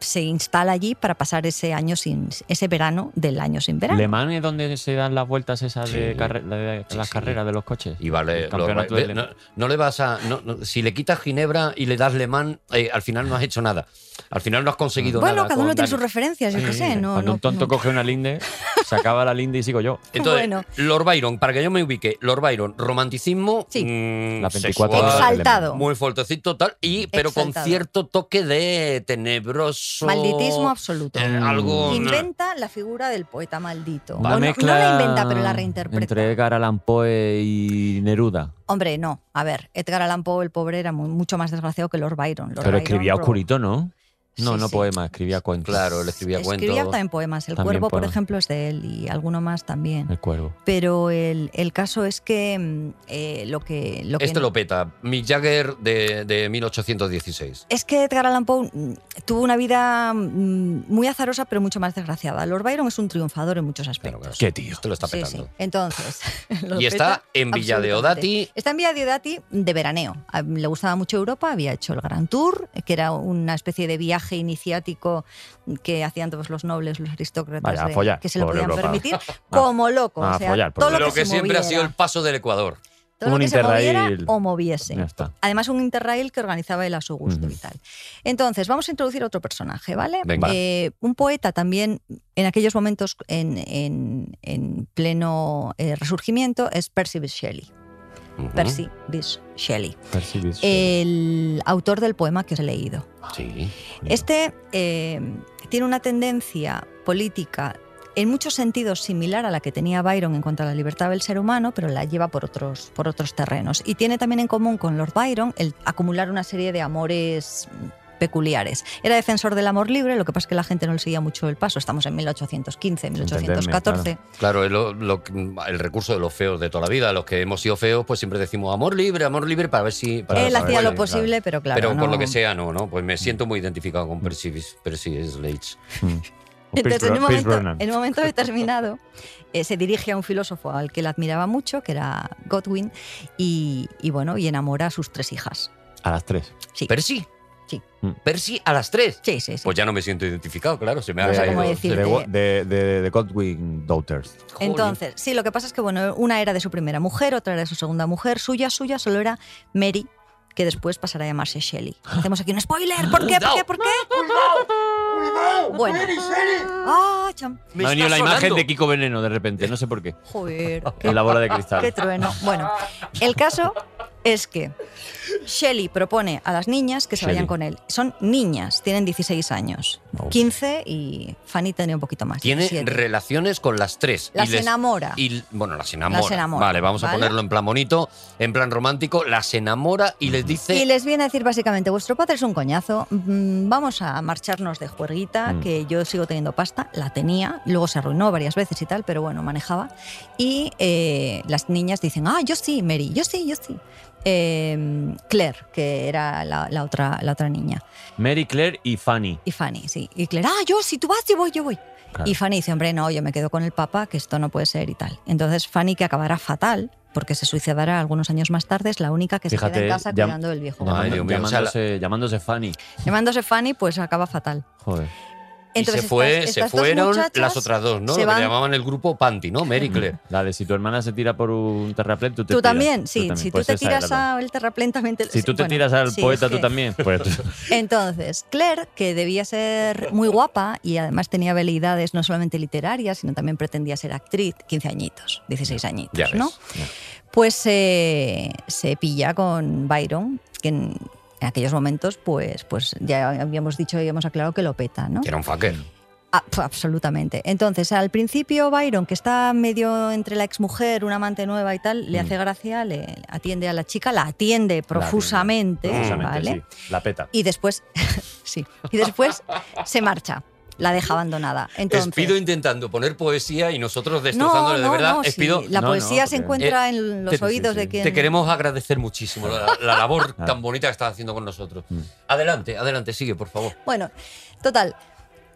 se instala allí para pasar ese año sin ese verano del año sin verano.
Le Mans es donde se dan las vueltas esas de,
Sí.
carre- de-
Sí,
las
sí.
carreras de los coches.
Y vale,
El
lo-
campeonato
ve-
del-
no, no le vas a. no- no, si le quitas Ginebra y le das Le Mans, eh, al final no has hecho nada. Al final no has conseguido
bueno,
nada.
cada uno
con
tiene
Dani.
sus referencias, yo qué sé. No,
Cuando
no-
un tonto
no-
coge una linde, se acaba la linde y sigo yo.
Entonces,
Bueno.
Lord Byron, para que yo me ubique, Lord Byron, romanticismo,
Sí.
mm,
La 24
sexual,
horas de Le Mans.
Exaltado.
muy fuertecito tal, y pero con
Exaltado.
cierto toque de tenebroso.
Malditismo absoluto.
eh, algo.
Inventa la figura del poeta maldito.
Una
O no, no
mezcla
la inventa, pero la reinterpreta.
Entre Edgar Allan Poe y Neruda.
Hombre, no. A ver, Edgar Allan Poe, el pobre, era mu- mucho más desgraciado que Lord Byron. Lord
Pero
Byron
escribía
pro-
oscurito, ¿no? No,
Sí,
no
sí.
poema, escribía cuentos.
Claro, le escribía cuentos.
Escribía también poemas. El
También
Cuervo, por
poemas.
ejemplo, es de él y alguno más también.
El cuervo.
Pero el, el caso es que mm, eh, lo que... Lo que
Este lo peta. Mick Jagger de, de 1816.
Es que Edgar Allan Poe mm, tuvo una vida mm, muy azarosa, pero mucho más desgraciada. Lord Byron es un triunfador en muchos
Claro,
aspectos.
claro.
¿Qué tío?
Este lo está
Sí,
petando.
sí. Entonces. lo
Y está
peta
en Villa de
absolutamente.
Odati.
Está en Villa de Odati de veraneo. A- Le gustaba mucho Europa, había hecho el Gran Tour, que era una especie de viaje iniciático que hacían todos los nobles, los aristócratas,
Vaya, a
de-
follar
que se lo
por
podían
Europa. Ah,
permitir, como loco.
a
o sea,
follar por
todo lo
Lo
que,
Europa.
que,
se
siempre ha sido el
moviera,
paso del Ecuador.
todo lo
un
que se moviera
Interrail.
o moviese.
Ya está.
Además, un interrail que organizaba él a su gusto
Ujú.
y tal. Entonces, vamos a introducir otro personaje, ¿vale?
Venga.
Eh, un poeta también, en aquellos momentos en, en- en pleno eh, resurgimiento, es Percy Bysshe Shelley.
Mm.
Ujú.
Percy Bysshe Shelley,
Percibir su-
Eh, el autor del poema que os he leído.
Sí.
Este eh, tiene una tendencia política en muchos sentidos similar a la que tenía Byron en cuanto a la libertad del ser humano, pero la lleva por otros, por otros terrenos. Y tiene también en común con Lord Byron el acumular una serie de amores mm, peculiares. Era defensor del amor libre, lo que pasa es que la gente no le seguía mucho el paso. Estamos en 1815, 1814.
Claro, el, lo- el recurso de los feos de toda la vida. Los que hemos sido feos, pues siempre decimos amor libre, amor libre, para ver si. Para
Él
saber
hacía
cuál
lo
es.
posible, pero claro.
Pero por
no- Mm.
lo que sea, no, ¿no? Pues me siento muy identificado con Percy, Percy Sledge.
Mm. O
Entonces,
Pierce
en un,
Bro- Pierce
momento,
Brosnan.
en un momento determinado, eh, se dirige a un filósofo al que él admiraba mucho, que era Godwin, y, y bueno, y enamora a sus tres hijas.
A las tres.
Sí,
¿Percy?
Sí.
Mm.
¿Percy a las tres?
sí, sí. sí.
Pues ya no me siento identificado, claro. Se me ha
No sé
caído.
cómo decir.
Eh, de,
decirte-
Wa- de, de- de Godwin Daughters.
Jolín.
Entonces, sí, lo que pasa es que bueno, una era de su primera mujer, otra era de su segunda mujer, suya, suya, solo era Mary, que después pasará a llamarse Shelley. Hacemos aquí un spoiler. ¿Por qué? ¿Por qué? ¿Por qué? Bueno. Ah, cham.
Me
ha venido la
está
imagen
sonando.
de Kiko Veneno de repente, no sé por qué.
Joder.
En la bola de
Qué
cristal.
trueno. Bueno, el caso es que Shelley propone a las niñas que se vayan
Shelley.
con él. Son niñas, tienen 16 años,
Oh.
15 y Fanny tenía un poquito más.
Tiene
17.
relaciones con las tres. y
Las
les-
enamora.
Y, bueno, las enamora.
Las enamora,
Vale, vamos a
¿vale?
ponerlo en plan bonito, en plan romántico. Las enamora y les dice.
Y les viene a decir básicamente, vuestro padre es un coñazo, mm, vamos a marcharnos de juerguita,
Mm.
que yo sigo teniendo pasta, la tenía, luego se arruinó varias veces y tal, pero bueno, manejaba. Y eh, las niñas dicen, ah, yo sí, Mary, yo sí, yo sí. Eh, Claire, que era la, la otra, la otra niña.
Mary Claire y Fanny.
Y Fanny, sí. Y Claire, ah, yo, si tú vas, yo voy, yo voy.
Claro.
Y Fanny dice, hombre, no, yo me quedo con el papá, que esto no puede ser y tal. Entonces Fanny, que acabará fatal, porque se suicidará algunos años más tarde, es la única que se
Fíjate,
queda en casa
ya-
cuidando del viejo.
Ay,
Llamando-
Dios mío, o sea,
llamándose, llamándose Fanny.
Llamándose Fanny, pues acaba fatal.
Joder.
Y
Entonces
se, fue,
estas-
se
estas dos
fueron
muchachas
las otras dos, ¿no?
se
Lo que
van-
llamaban el grupo Panty, ¿no? Mary Claire.
Mm. La de si tu hermana se tira por un terraplén, tú te
Tú
tiras.
también, sí.
también.
Si
Pues
tú te
esa era
tiras
la-
al terraplén, también te
Si tú te
bueno,
tiras al
sí,
poeta,
es
tú
que-
también. Pues
Entonces, Claire, que debía ser muy guapa y además tenía habilidades no solamente literarias, sino también pretendía ser actriz, 15 añitos, 16 añitos,
Ya ves.
¿no? Pues eh, se pilla con Byron, que en, en aquellos momentos, pues, pues ya habíamos dicho y hemos aclarado que lo peta, ¿no?
Que era un fucker.
Ah, pf, absolutamente. Entonces, al principio Byron, que está medio entre la exmujer, una amante nueva y tal, le hace gracia, le atiende a la chica, la atiende profusamente,
precisamente,
¿vale?
sí. La peta.
Y después, sí, y después se marcha. la deja abandonada. Entonces,
Espido intentando poner poesía y nosotros destrozándole de verdad.
sí,
Espido,
la
No, no,
poesía se
porque-
encuentra en los
sí,
oídos
sí,
de
sí.
quien...
te queremos agradecer muchísimo la, la labor
Ah. Mm.
tan bonita que estás haciendo con nosotros. Adelante, adelante, sigue, por favor.
Bueno, total.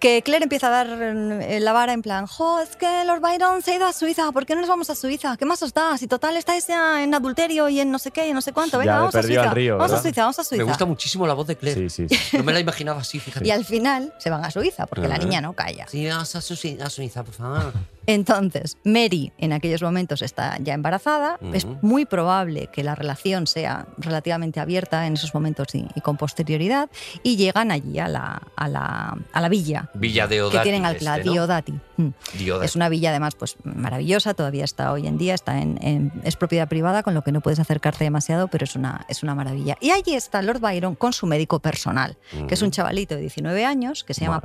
Que Claire empieza a dar eh, la vara en plan, jo, es que Lord Byron se ha ido a Suiza, ¿por qué no nos vamos a Suiza? ¿Qué más os da? Si total estáis ya en adulterio y en no sé qué y en no sé cuánto,
Ya,
venga,
de
vamos a
perdido
Suiza.
al río,
vamos a
¿verdad?
Suiza, vamos a Suiza.
Me gusta muchísimo la voz de Claire.
Sí, sí, sí.
No me la imaginaba así, fíjate.
Y al final se van a Suiza, porque la
Ajá.
niña no calla.
Sí, a Susi- a Suiza, por favor.
Entonces, Mary en aquellos momentos está ya embarazada. Es
Ujú.
muy probable que la relación sea relativamente abierta en esos momentos y, y con posterioridad. Y llegan allí a la, a la, a la villa
Villa de
que
Odati.
tienen al
este,
la
¿no?
Diodati. Mm.
Diodati.
Es una villa además pues maravillosa, todavía está hoy en día, está en, en- es propiedad privada, con lo que no puedes acercarte demasiado, pero es una, es una maravilla. Y allí está Lord Byron con su médico personal,
mm,
que es un chavalito de 19 años que se llama
Mm. Vale.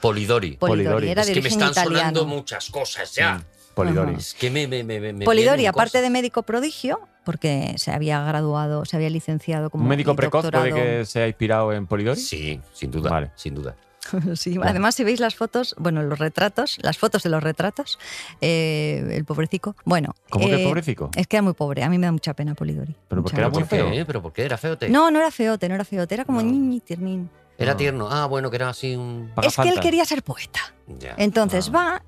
Polidori.
Polidori.
Polidori,
Polidori.
era
es
de
que me
origen
están
italiano.
sonando muchas cosas ya.
Polidori.
Es que me. me, me, me- me
Polidori,
vienen
aparte
cosas.
de médico prodigio, porque se había graduado, se había licenciado como
Un médico
y
precoz puede
doctorado.
que sea inspirado en Polidori.
Sí, sin duda.
Vale.
Sin duda.
Sí, además si veis las fotos, bueno, los retratos, las fotos de los retratos, eh, el pobrecico, bueno.
¿Cómo que
eh,
pobrecico?
Es que era muy pobre, a mí me da mucha pena Polidori.
Pero
mucha
porque
¿Pero
era
mucha
muy
por qué,
feo.
eh? ¿Pero por qué? ¿Era feo? te-
No, no era feote, no era feote, era como
No.
niñi, tirnín.
Era
No.
tierno. Ah, bueno, que era así un.
Paga
Es que él
falta.
quería ser poeta.
Ya.
Entonces
Ah.
va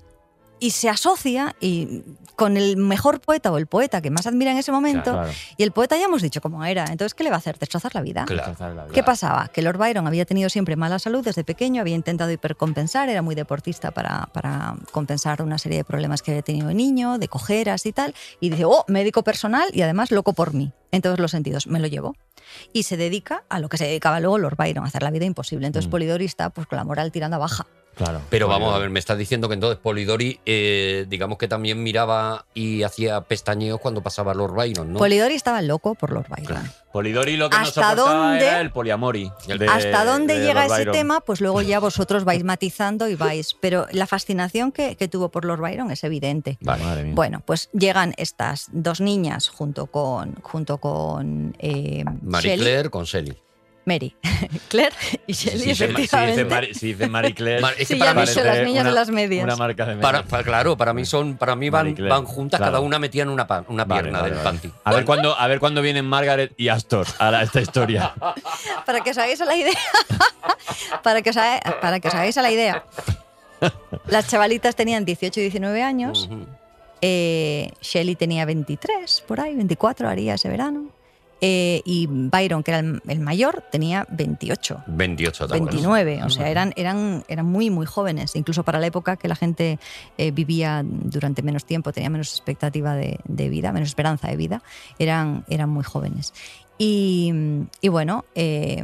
y se asocia y con el mejor poeta o el poeta que más admira en ese momento.
Claro.
Y el poeta ya hemos dicho cómo era. Entonces, ¿qué le va a hacer? ¿Destrozar la vida?
Claro.
Rechazar la vida.
¿Qué pasaba? Que Lord Byron había tenido siempre mala salud desde pequeño, había intentado hipercompensar, era muy deportista para, para compensar una serie de problemas que había tenido de niño, de cojeras y tal, y dice, oh, médico personal y además loco por mí, en todos los sentidos, me lo llevo. Y se dedica a lo que se dedicaba luego Lord Byron, a hacer la vida imposible. Entonces
Mm.
Polidori está pues, con la moral tirando a baja.
Claro.
Pero vamos a
Polidori.
ver, me estás diciendo que entonces Polidori, eh, digamos que también miraba y hacía pestañeos cuando pasaba Lord Byron, ¿no?
Polidori estaba loco por Lord Byron.
Polidori lo que no
¿Hasta
soportaba
dónde-
era el poliamori. de-
¿Hasta dónde
de
llega
Eh, Lord
ese
Byron.
tema? Pues luego ya vosotros vais matizando y vais. Pero la fascinación que- que tuvo por Lord Byron es evidente.
Vale.
Madre mía.
Bueno, pues llegan estas dos niñas junto con, junto con eh,
Marie
Shelley,
Claire con Shelley.
Mary, Claire y Shelley,
Si dice- si dice
efectivamente.
Mari- si dice Marie Claire.
Mar- es que
Sí,
para
ya
mí
viste
parece
las niñas
una-
de las medias.
Una marca de medias.
Para, para- claro, para mí son, para mí van,
Marie Claire,
van juntas,
claro.
cada una metía en una, pa- una
Vale,
pierna
vale,
del
vale.
panty.
A ver cuándo, a ver cuándo vienen Margaret y Astor a la- esta historia.
Para que os hagáis a la idea. para, que os haga- para que os hagáis a la idea. Las chavalitas tenían 18 y 19
Uh.
años.
Ujú.
eh, Shelley tenía 23, por ahí, 24 haría ese verano. eh, y Byron, que era el- el mayor, tenía 28.
Ah,
28 también.
29, o sea, eran, eran, eran muy, muy jóvenes, incluso para la época que la gente eh, vivía durante menos tiempo, tenía menos expectativa de, de vida, menos esperanza de vida, eran, eran muy jóvenes. Y, y bueno, eh,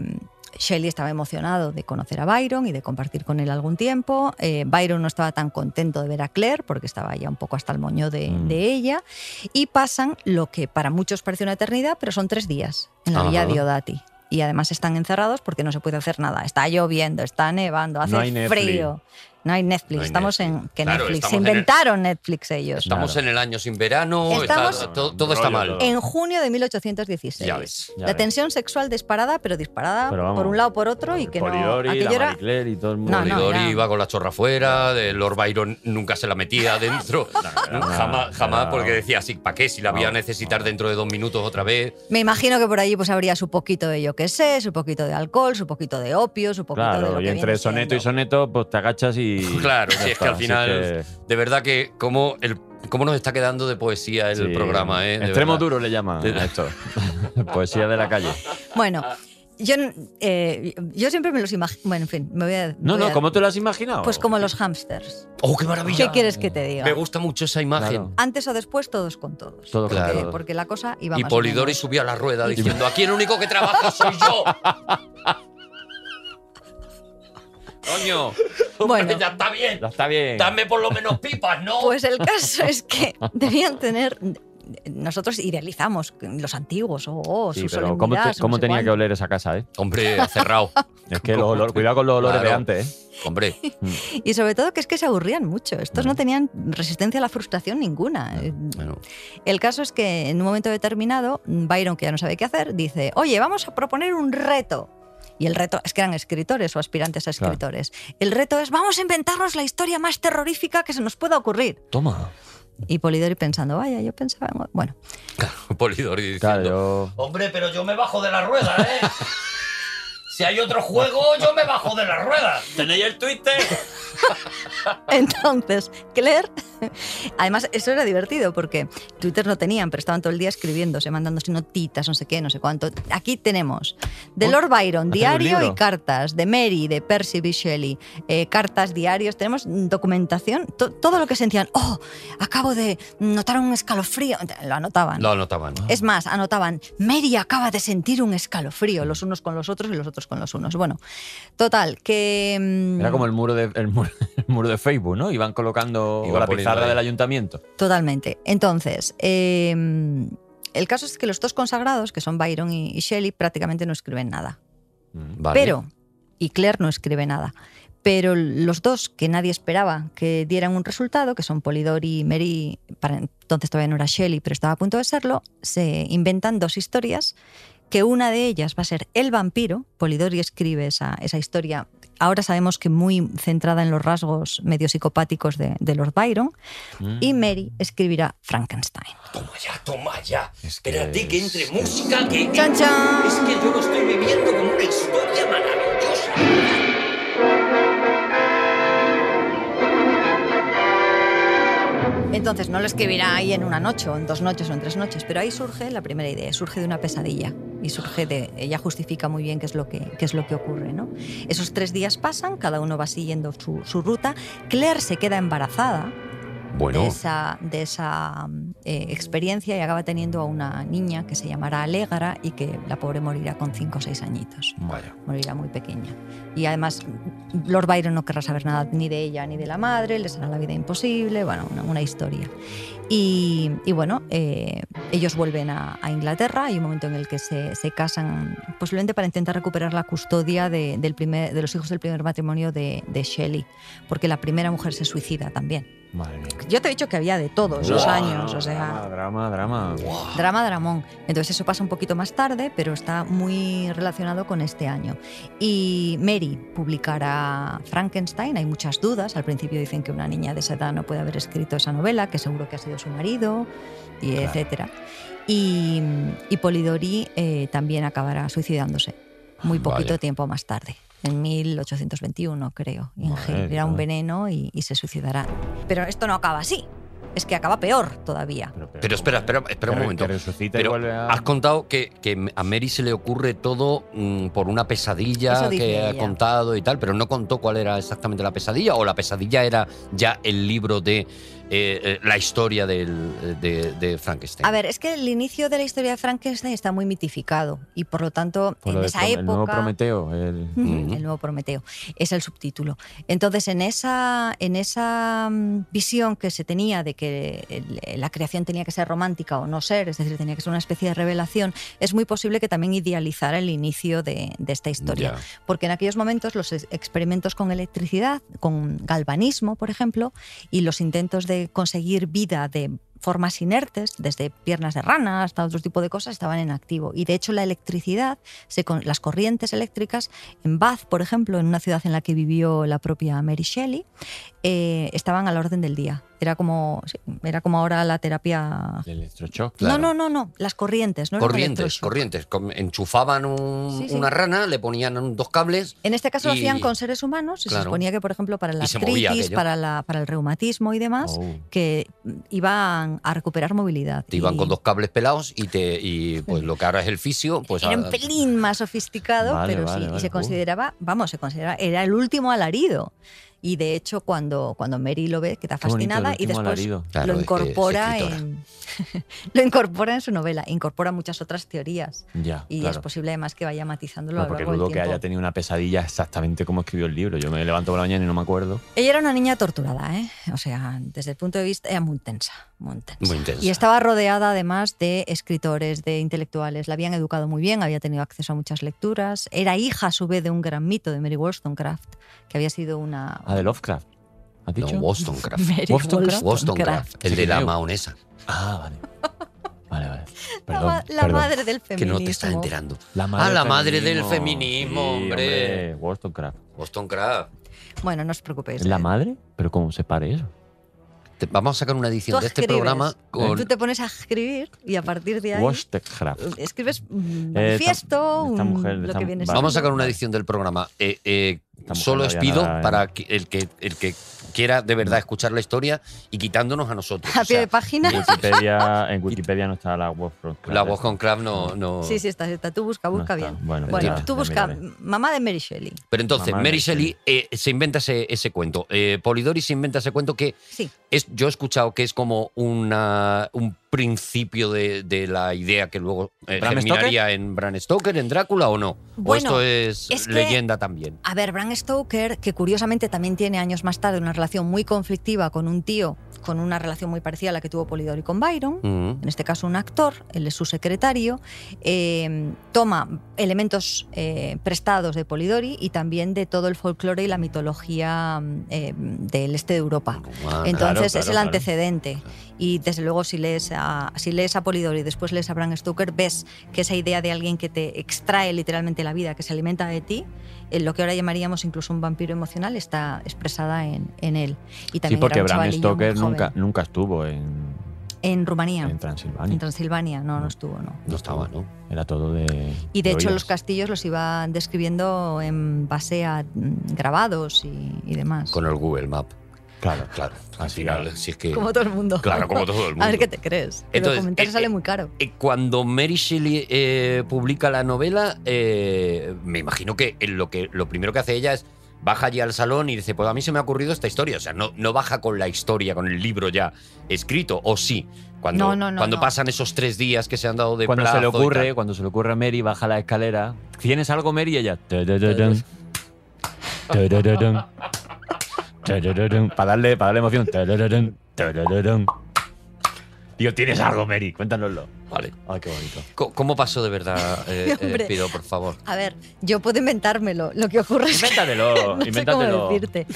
Shelley estaba emocionado de conocer a Byron y de compartir con él algún tiempo. Eh, Byron no estaba tan contento de ver a Claire porque estaba ya un poco hasta el moño de,
Mm.
de ella. Y pasan lo que para muchos parece una eternidad, pero son tres días en
Ah,
la villa
Ajá.
Diodati. Y además están encerrados porque no se puede hacer nada. Está lloviendo, está nevando, hace
No hay Netflix.
frío. No hay Netflix.
No hay
estamos
Netflix.
en que
Claro,
Netflix. Se
estamos en el-
inventaron Netflix ellos.
Estamos
Claro.
en el año sin verano, está-
Estamos-
todo, todo está
Rollo
mal.
todo.
En junio de 1816.
Ya ves,
ya
la
ves.
tensión sexual disparada, pero disparada
Pero vamos,
por un lado por otro y que
Polidori,
no. Aquello
la
era
Marie Claire y todo el mundo.
No, no.
Polidori
era-
iba con la chorra afuera, de Lord Byron nunca se la metía adentro.
era una-
jamás, jamás,
era-
porque decía así, ¿para qué? Si la voy a
No,
necesitar
no.
dentro de dos minutos otra vez.
Me imagino que por allí pues habría su poquito de yo qué sé, su poquito de alcohol, su poquito de opio, su poquito de lo
Claro, y
que
entre
viene
soneto y
siendo.
soneto, pues te agachas y.
Claro,
ya
si es
está,
que al
así
final, de verdad que cómo, el, cómo nos está quedando de poesía el
sí.
programa, ¿eh? De
Extremo
verdad.
duro le llaman a esto. Poesía de la calle.
Bueno,
Ah.
yo, n- eh, yo siempre me los imagino. Bueno, en fin, me voy a.
No,
voy
no,
a-
¿cómo te lo has imaginado?
Pues como los hamsters.
¡Oh, qué maravilla!
¿Qué quieres que te diga?
Me gusta mucho esa imagen.
Claro.
Antes o después, todos con todos.
Todo
porque,
claro.
porque la cosa iba
Y
más o
Polidori
menos.
subía a la rueda diciendo, aquí el único que trabaja soy yo. Coño,
Bueno.
ya está bien.
Ya está bien.
Dame por lo menos pipas, ¿no?
Pues el caso es que debían tener. Nosotros idealizamos los antiguos, o oh,
Sí,
su
pero
solemnidad,
¿cómo, te-
su no sé
cómo tenía que
cuánto.
oler esa casa, eh?
Hombre, cerrado.
Es que los olores, cuidado con los olores
Claro.
de antes, eh.
Hombre,
Y sobre todo que es que se aburrían mucho. Estos
Mm.
no tenían resistencia a la frustración ninguna. Eh,
bueno,
El caso es que en un momento determinado, Byron, que ya no sabe qué hacer, dice, oye, vamos a proponer un reto. Y el reto es que eran escritores o aspirantes a
Claro.
escritores. El reto es vamos a inventarnos la historia más terrorífica que se nos pueda ocurrir.
Toma.
Y Polidori pensando, vaya, yo pensaba, en o-". bueno,
Polidori
Claro,
diciendo.
yo-
Hombre, pero yo me bajo de la rueda, ¿eh? Si hay otro juego, yo me bajo de la rueda. ¿Tenéis el Twitter?
Entonces, Claire, además eso era divertido porque Twitter no tenían, pero estaban todo el día escribiéndose, mandándose notitas, no sé qué, no sé cuánto. Aquí tenemos de Lord Byron,
hacer Oh, un
diario y
libro.
cartas, de Mary, de Percy B. Shelley, eh, cartas, diarios, tenemos documentación, to- todo lo que sentían, oh, acabo de notar un escalofrío, lo anotaban.
Lo anotaban.
Es más, anotaban, Mary acaba de sentir un escalofrío, los unos con los otros y los otros con los unos. Bueno, total, que... mm,
Era como el muro, de, el, muro, el muro de Facebook, ¿no? Iban colocando
Iban
la
poniendo
pizarra
ahí.
del ayuntamiento.
Totalmente. Entonces, eh, el caso es que los dos consagrados, que son Byron y y Shelley, prácticamente no escriben nada.
Vale.
Pero, y Claire no escribe nada. Pero los dos que nadie esperaba que dieran un resultado, que son Polidori y Mary, para entonces todavía no era Shelley, pero estaba a punto de serlo, se inventan dos historias, que una de ellas va a ser El vampiro. Polidori escribe esa, esa historia, ahora sabemos que muy centrada en los rasgos medio psicopáticos de, de Lord Byron, y Mary escribirá Frankenstein.
Toma ya, toma ya.
Es que
Espérate que
es-
entre música, que... que-
¡Chan, chan!
Es que yo lo estoy viviendo como una historia maravillosa.
Entonces no lo escribirá ahí en una noche, o en dos noches, o en tres noches, pero ahí surge la primera idea, surge de una pesadilla y surge de. Ella justifica muy bien qué es lo que, qué es lo que ocurre, ¿no? Esos tres días pasan, cada uno va siguiendo su, su ruta. Claire se queda embarazada de
Bueno.
esa, de esa mm, eh, experiencia y acaba teniendo a una niña que se llamará Alegara y que la pobre morirá con cinco o seis añitos
Vaya.
morirá muy pequeña. Y además, Lord Byron no querrá saber nada ni de ella ni de la madre, les hará la vida imposible, bueno, una, una historia. Y, y bueno, eh, ellos vuelven a, a Inglaterra, hay un momento en el que se, se casan, posiblemente para intentar recuperar la custodia de, del primer, de los hijos del primer matrimonio de, de Shelley, porque la primera mujer se suicida también.
Madre mía.
Yo te he dicho que había de todos los
Buah,
años, o sea...
Drama, drama, drama.
Drama Dramón. Entonces eso pasa un poquito más tarde, pero está muy relacionado con este año. Y Mary publicará Frankenstein, hay muchas dudas. Al principio dicen que una niña de esa edad no puede haber escrito esa novela, que seguro que ha sido su marido, y
Claro.
etcétera. Y, y Polidori eh, también acabará suicidándose muy poquito
Vaya.
tiempo más tarde. En 1821, creo,
Madre
ingerirá un
mía.
veneno y, y se suicidará. Pero esto no acaba así, es que acaba peor todavía.
Pero espera, espera, espera un
que
momento.
resucita ah, y
Pero
vuelve a-
has contado que, que a Mary se le ocurre todo mm, por una
Eso
pesadilla
dice
que ha
ella.
contado y tal, pero no contó cuál era exactamente la pesadilla, o la pesadilla era ya el libro de eh, eh, la historia del, eh, de, de Frankenstein.
A ver, es que el inicio de la historia de Frankenstein está muy mitificado y por lo tanto
Por lo
en
de
esa
Prom-
época
El nuevo Prometeo. el-
Ujú,
Ujú.
El nuevo Prometeo es el subtítulo. Entonces, en esa, en esa mm, visión que se tenía de que el- eh, la creación tenía que ser romántica o no ser, es decir, tenía que ser una especie de revelación, es muy posible que también idealizara el inicio de, de esta historia.
Ya.
Porque en aquellos momentos los es- experimentos con electricidad, con galvanismo, por ejemplo, y los intentos de conseguir vida de formas inertes, desde piernas de rana hasta otro tipo de cosas, estaban en activo. Y de hecho la electricidad, se con- las corrientes eléctricas, en Bath, por ejemplo, en una ciudad en la que vivió la propia Mary Shelley, eh, estaban a la orden del día. Era como, sí, era como ahora la terapia...
El electrochoc.
claro.
No, no, no, no, las corrientes, no los
Corrientes,
electroshock.
corrientes. Com- Enchufaban un-
Sí, sí.
una rana, le ponían un- dos cables.
En este caso lo hacían
Y-
con seres humanos y se
claro.
suponía que, por ejemplo, para la
Y se movía
artritis,
aquello.
para, la, para el reumatismo y demás,
Oh.
que iban a recuperar movilidad.
Te iban
Y
con dos cables pelados y te y pues lo que ahora es el fisio, pues
Era un
ahora-
pelín más sofisticado,
Vale,
pero
vale,
sí, y
vale,
se
Uh.
joder.
consideraba, vamos, se consideraba, era el último alarido. Y de hecho, cuando, cuando Mary lo ve, queda
Qué bonito, el
fascinada y
último
después
alarido.
Claro,
lo
es que es
incorpora
escritora.
en lo incorpora en su novela, incorpora muchas otras teorías.
Ya,
Y
claro.
es posible además que vaya matizándolo
Bueno,
a lo
porque
largo del
dudo que
tiempo.
haya tenido una pesadilla exactamente como escribió el libro. Yo me levanto por la mañana y no me acuerdo.
Ella era una niña torturada, ¿eh? O sea, desde el punto de vista, era muy tensa, muy tensa.
Muy intenso.
Y estaba rodeada además de escritores, de intelectuales. La habían educado muy bien, había tenido acceso a muchas lecturas. Era hija, a su vez, de un gran mito de Mary Wollstonecraft, que había sido una.
Ah, de Lovecraft. ¿Has
No,
dicho?
Wollstonecraft.
Mary
Wollstonecraft.
Wollstonecraft, el de la
Creo.
maonesa.
ah, vale. Vale, vale.
la,
Perdón,
ma- la
perdón.
madre del
Que
feminismo.
no te estás enterando.
La
Ah, la
del
madre del
feminismo.
feminismo,
Sí,
hombre.
Wollstonecraft.
Boston Crab.
Bueno, no os preocupéis. ¿eh?
¿Es la madre? ¿Pero cómo se pare eso?
Te- vamos a sacar una
Tú
edición de este
escribes.
programa
Tú
con.
te pones a escribir y a partir de ahí
Wollstonecraft.
escribes un
Eh,
manifiesto,
esta- esta
un-
mujer,
lo
esta-
que viene
vale.
siendo.
Vamos a sacar una edición del programa. Eh, eh,
Esta mujer
solo
no
os
había
pido
nada, ¿eh?
para que- el, que, el que quiera de verdad escuchar la historia y quitándonos a nosotros.
Mm. a
O
pie
sea,
de página.
En Wikipedia, en Wikipedia no está la Wollstonecraft.
la voz con Crab no. no-
Sí, sí, está, está. Tú busca,
No
busca
está.
bien.
Bueno,
Bueno,
ya,
tú
ya
busca
miraré.
mamá de Mary Shelley.
Pero entonces,
Mamá
Mary
de-
Shelley eh, se inventa ese, ese cuento. Eh, Polidori se inventa ese cuento que
Sí.
es, yo he escuchado que es como una, un principio de, de la idea que luego eh,
¿Bram
germinaría en Bram Stoker, en Drácula o no.
Bueno,
o esto es,
es que-
leyenda también.
A ver, Bram Stoker, que curiosamente también tiene años más tarde una relación muy conflictiva con un tío, con una relación muy parecida a la que tuvo Polidori con Byron,
Mm.
en este caso un actor, él es su secretario, eh, toma elementos eh, prestados de Polidori y también de todo el folclore y la mitología mm, eh, del este de Europa.
Ah,
Entonces
claro,
es el
claro.
antecedente y desde luego si lees a, si lees a Polidori y después lees a Bram Stoker ves que esa idea de alguien que te extrae literalmente la vida, que se alimenta de ti, eh, lo que ahora llamaríamos incluso un vampiro emocional está expresada en, en él. Y
Sí,
también era
porque
un
Bram
chavalillo muy
Stoker
joven.
nunca, nunca estuvo en,
en Rumanía.
en Transilvania.
En Transilvania, no, no estuvo, no.
No estaba, ¿no?
Era todo de.
Y de hecho
oídas.
los castillos los iba describiendo en base a mm, grabados y, y demás.
Con el Google Map.
Claro,
Claro. Al
Así
final,
es.
si es que.
Como todo el mundo.
Claro, como todo el mundo.
A ver qué te crees. El
Entonces,
documental
eh,
sale
eh,
muy caro.
Eh, Cuando Mary Shelley eh, publica la novela, eh, me imagino que en lo que lo primero que hace ella es baja allí al salón y dice, pues a mí se me ha ocurrido esta historia. O sea, no, no baja con la historia, con el libro ya escrito, o sí. Cuando,
No, no, no,
cuando
no.
pasan esos tres días que se han dado de
Cuando se
plazo
le
y
ocurre,
tal.
cuando se le ocurre a Mary, baja la escalera. ¿Tienes algo, Mary? Y ella. "Tarararán". Tarararán. Tarararán. Para darle, para darle emoción. Tarararán. Tarararán. Tío, tienes algo, Mary. Cuéntanoslo.
Vale.
Ay, qué bonito.
Co- ¿Cómo pasó de verdad, eh, eh,
Hombre.
Pido, por favor?
A ver, yo puedo inventármelo. Lo que ocurre es que
Invéntatelo,
no sé
invéntatelo.
cómo decirte.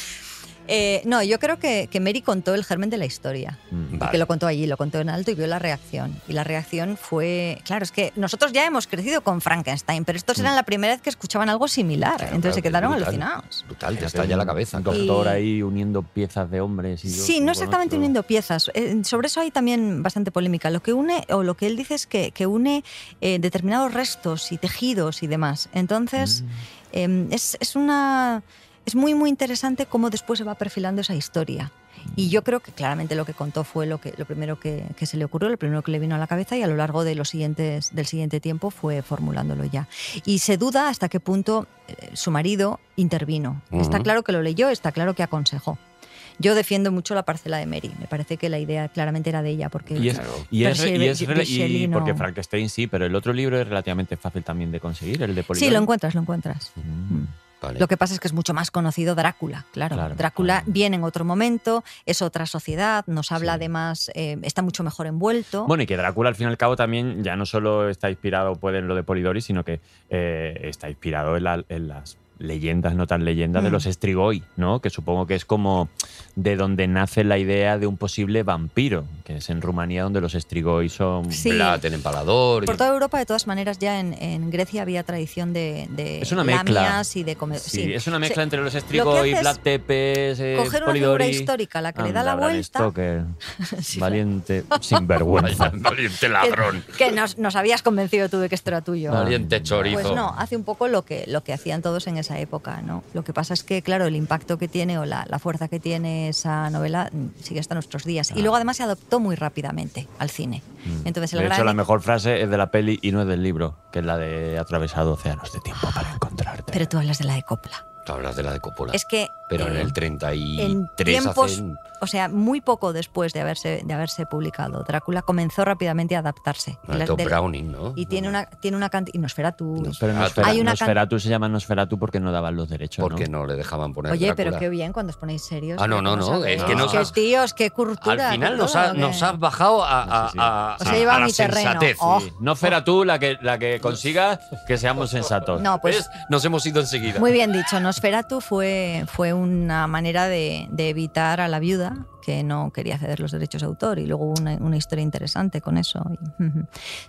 Eh, no, yo creo que, que Mary contó el germen de la historia.
Mm.
Que lo contó allí, lo contó en alto y vio la reacción. Y la reacción fue. Claro, es que nosotros ya hemos crecido con Frankenstein, pero estos eran la primera vez que escuchaban algo similar.
Mm. Claro,
entonces
claro,
se quedaron
brutal. Mm.
alucinados.
Brutal, te estalla la cabeza.
Un
claro.
Doctor
Y-
ahí uniendo piezas de hombres. Y dos
Sí,
con
no exactamente
otro.
uniendo piezas. Eh, Sobre eso hay también bastante polémica. Lo que une, o lo que él dice es que, que une eh, determinados restos y tejidos y demás. Entonces, eh, es, es una. Es muy, muy interesante cómo después se va perfilando esa historia. Y yo creo que claramente lo que contó fue lo, que, lo primero que, que se le ocurrió, lo primero que le vino a la cabeza y a lo largo de los siguientes, del siguiente tiempo fue formulándolo ya. Y se duda hasta qué punto eh, su marido intervino. Está
Ujú.
claro que lo leyó, está claro que aconsejó. Yo defiendo mucho la parcela de Mary. Me parece que la idea claramente era de ella, porque
Mm, Y es, y
Pero
es-
si
y es-
Be-
y-
Berselli no-
porque Frankenstein sí, pero el otro libro es relativamente fácil también de conseguir, el de Polidori.
sí, lo encuentras, lo encuentras.
Mm.
Vale.
Lo que pasa es que es mucho más conocido Drácula, claro.
Claro,
Drácula
claro.
viene en otro momento, es otra sociedad, nos habla
Sí.
además, eh, está mucho mejor envuelto.
Bueno, y que Drácula al fin y al cabo también ya no solo está inspirado pues, en lo de Polidori, sino que eh, está inspirado en, la- en las leyendas, no tan leyendas, de
Mm.
los Strigoi, ¿no? Que supongo que es como de donde nace la idea de un posible vampiro, que es en Rumanía donde los Strigoi son...
Sí.
Platen, empalador. y-
Por toda Europa, de todas maneras, ya en, en Grecia había tradición de, de
Es una mezcla.
lamias y de comer.
Sí,
sí.
es una mezcla
O sea,
entre los
lo que
Strigoi,
hace es
Vlad Tepes, eh,
Coger una
Polidori...
figura histórica, la que le da
Anda,
la
Bram
vuelta,
Stoker,
Sí,
valiente, sinvergüenza.
Valiente
que-
ladrón.
que nos, nos habías convencido tú de que esto era tuyo.
Valiente chorizo.
Pues no, hace un poco lo que, lo que hacían todos en esa época, ¿no? Lo que pasa es que, claro, el impacto que tiene o la, la fuerza que tiene esa novela mm, sigue hasta nuestros días.
Ah.
Y luego además se adoptó muy rápidamente al cine.
Mm.
Entonces el
de hecho,
gran-
la mejor frase es de la peli y no es del libro, que es la de atravesado océanos de tiempo para encontrarte.
Pero tú hablas de la de Copla.
Tú hablas de la de Coppola.
Es que...
Pero en
eh,
el 33
en tiempos,
hacen-
o sea, muy poco después de haberse, de haberse publicado, Drácula comenzó rápidamente a adaptarse. Y
Bueno,
las
Tom
del-
Browning, ¿no?
y tiene una, tiene una cantidad... Y Nosferatus.
Pero
Ah,
Nosfera-
hay una can-
Nosferatu se llama Nosferatu porque no daban los derechos.
Porque
¿no?
no le dejaban poner
Oye, pero
Drácula.
qué bien cuando os ponéis serios.
Ah, no,
porque
no, no,
sabéis.
es
que nos
Qué
has-
tíos, qué cultura.
Al final
qué
nos,
todo,
ha-
que-
nos has bajado a, a,
Sí, sí.
a-
Os he
a-
llevado
a
a
la
mi terreno.
sensatez.
Oh.
Sí. Nosferatu, la que, la que consigas, que seamos sensatos.
No, pues
¿Ves? Nos hemos ido enseguida.
muy bien dicho. Nosferatu fue, fue una manera de, de evitar a la viuda que no quería ceder los derechos de autor y luego una, una historia interesante con eso. Y-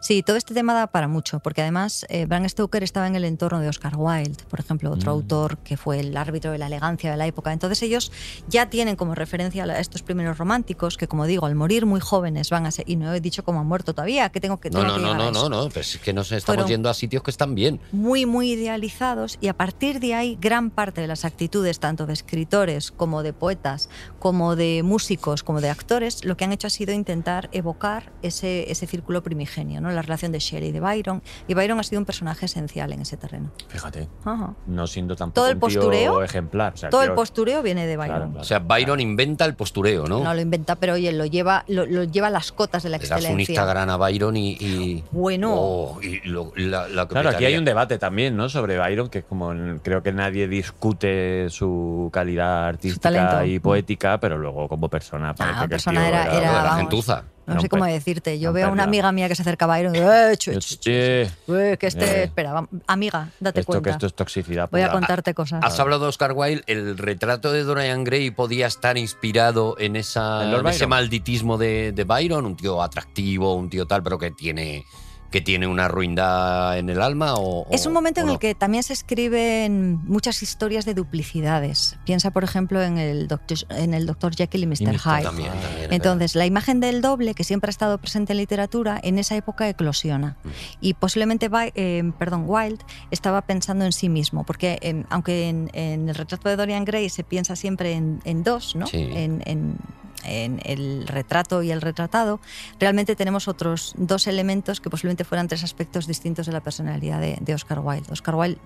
Sí, todo este tema da para mucho, porque además eh, Bram Stoker estaba en el entorno de Oscar Wilde, por ejemplo, otro
Mm.
autor que fue el árbitro de la elegancia de la época. Entonces ellos ya tienen como referencia a estos primeros románticos que, como digo, al morir muy jóvenes van a ser, y no he dicho cómo han muerto todavía, que tengo que...
No,
tengo
no,
que
no,
llegar a
no,
eso
no, no, pues es que nos estamos
Fueron-
yendo a sitios que están bien.
muy, muy idealizados y a partir de ahí gran parte de las actitudes, tanto de escritores como de poetas, como de músicos, como de actores, lo que han hecho ha sido intentar evocar ese, ese círculo primigenio, ¿no? la relación de Shelley y de Byron. Y Byron ha sido un personaje esencial en ese terreno.
Fíjate,
Ajá.
no siendo tampoco
Todo el
un tío
postureo-
ejemplar. o sea,
Todo el
tío-
postureo viene de
Claro,
Byron.
claro.
O sea, Byron inventa el postureo, ¿no?
No lo inventa, pero oye, lo lleva, lo, lo lleva a las cotas de la
Le das un
excelencia.
Instagram a Byron y. y-
Bueno.
Oh, y lo- la, la que
Claro, aquí hay
petaría.
un debate también, ¿no? Sobre Byron, que es como en- creo que nadie discute su calidad artística
talento. Ah,
y poética, pero luego como persona parece que el
persona
tío
era-
Lo de
era-
la
vamos.
gentuza.
No sé
Era
cómo
un Oh, pe-
decirte. Yo
un
veo a una
perla.
amiga mía que se acerca a Byron y digo, "Eh, chu, chu, chu, chu,
Hostia,
eh, que este,
Eh.
espera, va- amiga, date
esto que
cuenta.
esto es toxicidad.
Voy a
pura.
contarte cosas.
Has hablado de Oscar Wilde, el retrato de Dorian Gray podía estar inspirado en, esa,
¿En Lord
en ese
Byron?
malditismo de, de Byron, un tío atractivo, un tío tal, pero que tiene, que tiene una ruindad en el alma. O, o-
Es un momento
o
en
no.
el que también se escriben muchas historias de duplicidades. Piensa, por ejemplo, en el Doctor, en el Dr. Jekyll y Mr.
Mr.
Hyde.
También, también, es
Entonces, la imagen del doble, que siempre ha estado presente en literatura, en esa época eclosiona.
Mm.
Y posiblemente Wi- eh, perdón, Wilde estaba pensando en sí mismo, porque em, aunque en, en el retrato de Dorian Gray se piensa siempre en, en dos, ¿no?
Sí.
En, en- en el retrato y el retratado, realmente tenemos otros dos elementos que posiblemente fueran tres aspectos distintos de la personalidad de, de Oscar Wilde. Oscar Wilde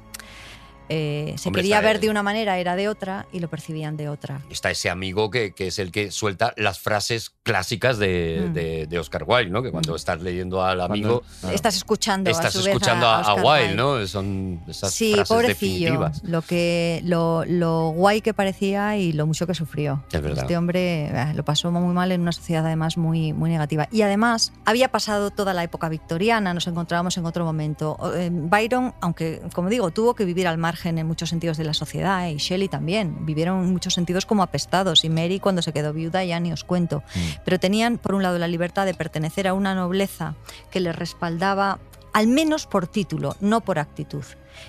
eh, se
Hombre,
quería
está
ver
el-
de una manera, era de otra, y lo percibían de otra.
está ese amigo que, que es el que suelta las frases clásicas de,
Mm.
de- de Oscar Wilde, ¿no? Que cuando
Mm.
estás leyendo al
Cuando-
amigo,
claro.
Estás escuchando a
estás
su vez
escuchando
a,
a, a
Oscar
Wilde, ¿no? Son esas
sí,
frases
pobrecillo.
definitivas.
Lo que lo, lo guay que parecía y lo mucho que sufrió.
Es verdad.
Este hombre eh, lo pasó muy mal en una sociedad además muy, muy negativa. Y además había pasado toda la época victoriana, nos encontrábamos en otro momento. O- eh, Byron, aunque como digo, tuvo que vivir al margen en muchos sentidos de la sociedad eh, y Shelley también. Vivieron en muchos sentidos como apestados y Mary cuando se quedó viuda ya ni os cuento.
Mm.
Pero tenían por un lado la libertad de pertenecer a una nobleza que les respaldaba al menos por título, no por actitud.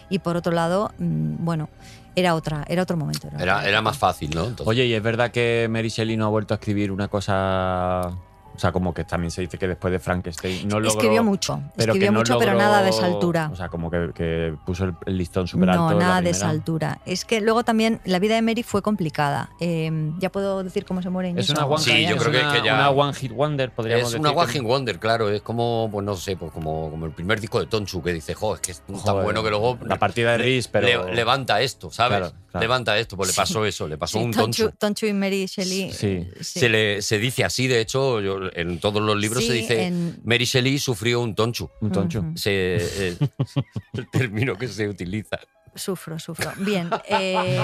Y por otro lado, mm, bueno, era otra, era otro momento.
Era,
otra
era
época.
más fácil, ¿no? Entonces,
Oye, ¿y es verdad que Mary Shelley no ha vuelto a escribir una cosa... O sea, como que también se dice que después de Frankenstein no logró...
escribió mucho,
pero que
escribió
no
mucho, pero
logró-
nada de esa altura.
O sea, como que, que puso el, el listón súper alto.
No,
en la
nada de
primera.
esa altura. Es que luego también la vida de Mary fue complicada. Eh, ya puedo decir cómo se muere en
Es
eso?
una one,
Sí, yo
es
creo que-
una-
que ya-
una one hit wonder, podríamos
es
decir.
una
que-
Walking Wonder, claro. Es como, pues no sé, pues como, como el primer disco de Tonchu que dice, jo, es que es tan
Joder,
bueno que luego.
La partida de
le-
Riz, pero.
le- levanta esto, ¿sabes?
Claro, claro.
Levanta esto, pues le pasó eso, le pasó
Sí,
un
Tonchu,
Tonchu.
Tonchu y Mary Shelley.
Sí.
eh, sí.
Se, le, se dice así, de hecho, yo- en todos los libros se
Sí,
dice.
en-
Mary Shelley sufrió un Tonchu.
Un toncho.
Ujú.
se, eh, el término que se utiliza.
Sufro, sufro. Bien. eh,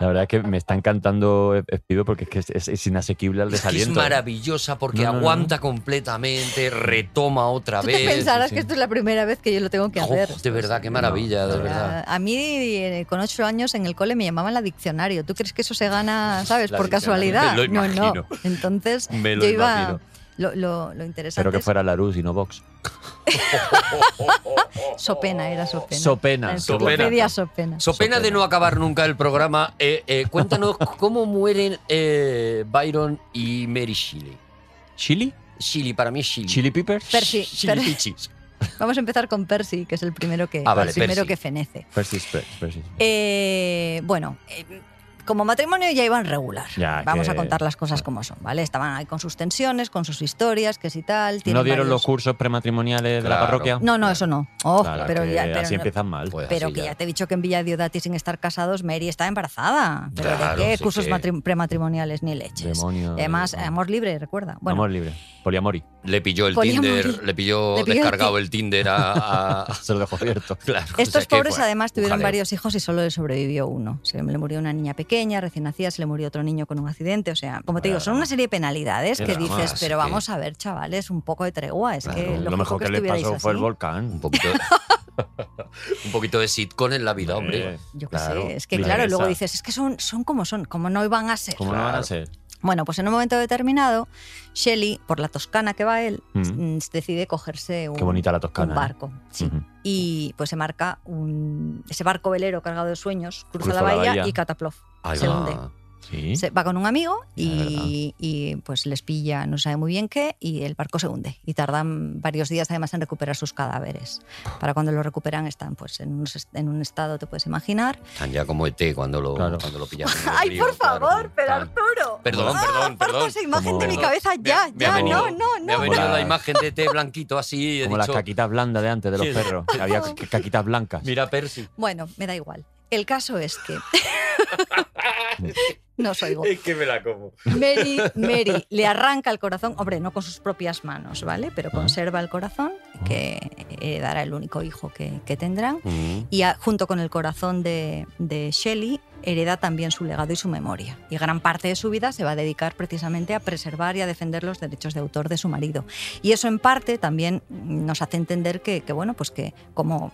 La verdad es que me está encantando eh, Espido porque es que es, es- es inasequible al
Es, que es
desaliento. ¿eh?
maravillosa porque
No, no, no.
aguanta completamente, retoma otra
Tú te
vez.
pensarás
sí.
que esto es la primera vez que yo lo tengo que
Jo,
hacer.
de verdad, qué maravilla, de
No,
verdad.
A mí eh, con ocho años en el cole me llamaban la diccionario. ¿Tú crees que eso se gana, sabes,
La
por
diccionario.
casualidad?
Me lo
no, no.
imagino.
Entonces
Me lo
yo iba.
imagino.
Lo, lo, lo interesante
Pero que fuera Larus y no Vox.
Ah.
Oh,
es Sopena, era Sopena.
Sopena.
La
Sopena.
enciclopedia Sopena.
So pena de no acabar nunca el programa, eh, eh, cuéntanos cómo mueren eh, Byron y Mary Shelley.
¿Chili?
Shelley, para mí es Shelley.
¿Chili Peppers?
Percy,
Shelley
Percy.
Pichis.
Vamos a empezar con Percy, que es el primero que,
Ah, vale,
el primero
Percy.
que fenece.
Percy Spe- Percy.
Eh, bueno, eh, como matrimonio ya iban regular.
Ya,
Vamos a
que-
contar las
Ah.
cosas como son, ¿vale? Estaban ahí con sus tensiones, con sus historias, que si tal.
¿No
tienen
dieron
varios-
los cursos prematrimoniales de la
Claro.
parroquia?
No, no, eso no. Ojo,
Claro,
pero
que
ya. pero
así
no-
empiezan mal.
Pues
Pero
así
que
ya.
ya te he dicho que en Villa Diodati, sin estar casados, Mary está embarazada. ¿Pero
Claro,
de qué?
sí,
Cursos
sí.
matrim- prematrimoniales ni leches.
Demonios.
Y además,
Demonios.
amor libre, recuerda. Bueno,
Amor libre. Poliamori.
Le pilló el
Poliamor.
Tinder, le pilló,
Le pilló el
descargado
ti-
el Tinder a. a-
Se lo dejo abierto.
claro, o
Estos
sea que
pobres
fue
además
un
tuvieron
jaleo.
varios hijos y solo le sobrevivió uno. Se le murió una niña pequeña, recién nacida, se le murió otro niño con un accidente. O sea, como te digo, son una serie de penalidades
Qué
que
drama,
dices,
así
pero
que-
vamos a ver, chavales, un poco de tregua. Es
Claro,
que
Lo mejor que, le
estuvierais
pasó fue el
así.
Un
volcán.
poquito, un poquito de sitcom en la vida, hombre.
Eh,
Yo qué
claro,
sé, es que
la
claro, luego
esa.
dices, es que son, son como son, como no iban a ser.
¿Cómo no van a ser?
Bueno, pues en un momento determinado, Shelley, por la toscana que va él,
Mm.
mm, decide cogerse un,
Qué bonita la Toscana.
un
¿eh?
barco. Sí.
Ujú.
Y pues se marca un, ese barco velero cargado de sueños, cruza,
Cruza
la,
la
bahía
bahía.
y Cataplov
Ahí
se
va.
hunde.
Sí.
Se va con un amigo
Ya,
y, y, pues les pilla, no sabe muy bien qué, y el barco se hunde. Y tardan varios días además en recuperar sus cadáveres. Para cuando lo recuperan están pues en, unos est- en un estado, te puedes imaginar.
Están ya como ET cuando lo,
Claro.
cuando lo pillaron. en el
¡Ay,
río,
por
claro.
favor, pero
Están-
Arturo!
Perdón,
Ah,
perdón,
por
perdón.
esa imagen de
Como-
mi cabeza
Me-
ya,
me ha
ya,
venido-
no, no,
Me
no.
ha
Como
venido
la-
la imagen de ET blanquito así y he
Como las
dicho,
caquitas blandas de antes de los
Sí.
perros. que había ca- caquitas blancas.
mira Percy.
Bueno, me da igual. El caso es que. no os oigo.
Es que me la como.
Mary, Mary le arranca el corazón, hombre, no con sus propias manos, ¿vale? Pero conserva el corazón, que heredará el único hijo que, que tendrán. Y a- junto con el corazón de, de Shelley, hereda también su legado y su memoria. Y gran parte de su vida se va a dedicar precisamente a preservar y a defender los derechos de autor de su marido. Y eso en parte también nos hace entender que, que, bueno, pues que como,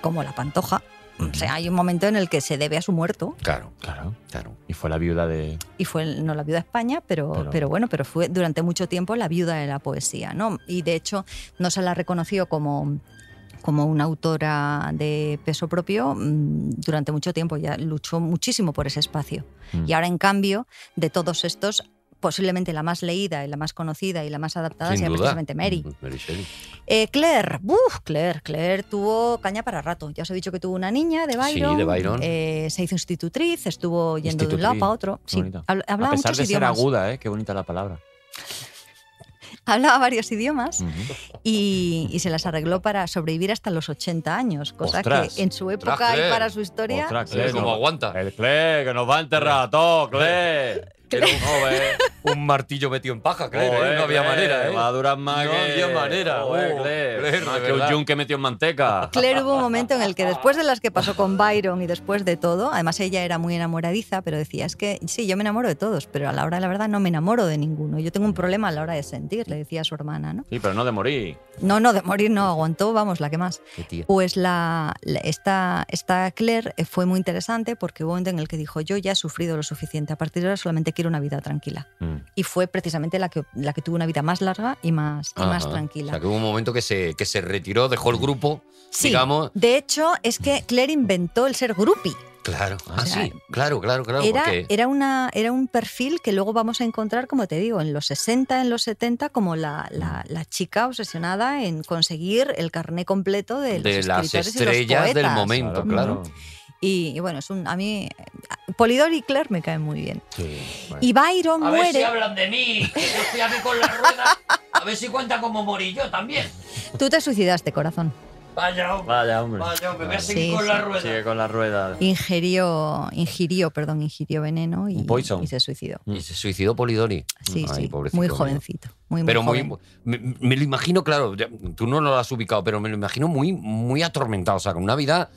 como la pantoja, o sea, hay un momento en el que se debe a su muerto,
Claro,
Claro.
claro.
Y fue la viuda de.
y fue el- no la viuda de España, pero,
Pero-
pero, bueno, pero fue durante mucho tiempo la viuda de la poesía, ¿no? Y de hecho no se la reconoció como como una autora de peso propio mm, durante mucho tiempo, ya luchó muchísimo por ese espacio.
Mm.
Y ahora, en cambio, de todos estos, posiblemente la más leída y la más conocida y la más adaptada
Sin
sea
duda. Mm,
precisamente Mary.
Mary Shelley.
Eh, Claire, buf, Claire, Claire tuvo caña para rato. Ya os he dicho que tuvo una niña de Byron.
de Byron.
Eh, se hizo institutriz, estuvo yendo de un lado
Institutriz.
para otro.
Qué
Sí,
bonito.
habl- hablaba
a pesar
muchos
de ser
idiomas.
aguda, ¿eh? Qué bonita la palabra.
Hablaba varios idiomas
Ujú.
y, y se las arregló para sobrevivir hasta los 80 años, cosa
Ostras,
que en su época
ostras, Claire.
y para su historia.
Ostras,
Eh,
Claire,
¿Cómo
no-
aguanta?
El Claire, que nos va a enterrar a todos, Claire.
Era un, un martillo metido en paja, claro.
Joder,
eh, no había
Claire,
manera,
Va a
¿eh?
durar más
No
que...
había manera.
Joder,
Oh,
Claire.
Claire,
Más
de
que un
verdad.
yunque metido en manteca.
Claire hubo un momento en el que después de las que pasó con Byron y después de todo, además ella era muy enamoradiza, pero decía, es que sí, yo me enamoro de todos, pero a la hora de la verdad no me enamoro de ninguno. Yo tengo un problema a la hora de sentir, le decía a su hermana, ¿no?
Sí, pero no de morir.
No, no, de morir no aguantó, vamos, la que más. Pues la, la- esta, esta Claire eh, fue muy interesante porque hubo un momento en el que dijo, yo ya he sufrido lo suficiente, a partir de ahora solamente quiero una vida tranquila.
Mm.
Y fue precisamente la que, la que tuvo una vida más larga y más, y más
Ajá.
tranquila.
O sea, que hubo un momento que se, que se retiró, dejó el grupo,
Sí,
digamos.
de hecho es que Claire inventó el ser groupie.
Claro. Ah,
O sea,
sí. Claro, claro, claro.
era,
porque
era, una, era un perfil que luego vamos a encontrar, como te digo, en los 60, en los 70, como la,
Mm.
la- la chica obsesionada en conseguir el carné completo de, los
de las
escritores y los
estrellas del
poetas.
momento,
Ujú.
claro.
Y, y bueno, es un, a mí eh, Polidor y Claire me caen muy bien.
Sí, bueno.
Y Byron
A ver
muere.
si hablan de mí. que Yo estoy aquí con la rueda. A ver si cuenta como morí yo también.
Tú te suicidaste, corazón.
Vaya, hombre,
Vaya, hombre.
vaya, hombre, voy a
Vale.
seguir
Sí,
con la
sí.
rueda.
Sigue con la rueda.
Ingirió, ingirió, perdón, ingirió veneno y,
Un poison.
y se suicidó.
Y se suicidó Polidori.
Sí,
Ay,
sí,
pobrecito
muy
mío.
jovencito. Muy, muy
Pero muy.
joven.
Me, me lo imagino, claro, ya- tú no lo has ubicado, pero me lo imagino muy, muy atormentado. O sea, con una vida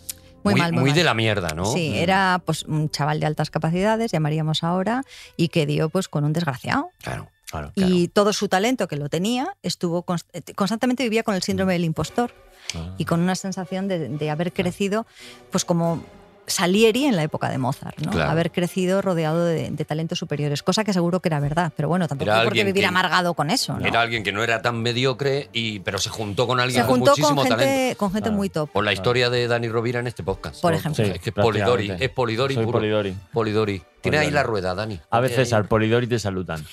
muy,
Muy mal, muy mal.
de la mierda, ¿no? Mm,
Sí, era pues un chaval de altas capacidades, llamaríamos ahora, y que dio pues con un desgraciado.
Claro.
Claro.
Y todo su talento que lo tenía, estuvo const- eh, constantemente vivía con el síndrome del impostor
Ah.
y con una sensación de, de haber crecido, pues como Salieri en la época de Mozart, ¿no?
Claro.
Haber crecido rodeado de, de talentos superiores, cosa que seguro que era verdad, pero bueno, tampoco
Era
hay por qué
alguien
vivir
que-
amargado con eso, ¿no?
Era alguien que no era tan mediocre, y, pero se juntó con alguien
Se juntó
con
con
muchísimo talento.
gente, con gente
Claro.
muy top.
Por la historia de Dani Rovira en este podcast.
Por
¿no?
ejemplo.
Sí,
es que es Polidori,
prácticamente.
es Polidori
Soy
puro.
Polidori.
Polidori. Tiene ahí
Polidori.
la rueda, Dani.
A veces al Polidori te saludan.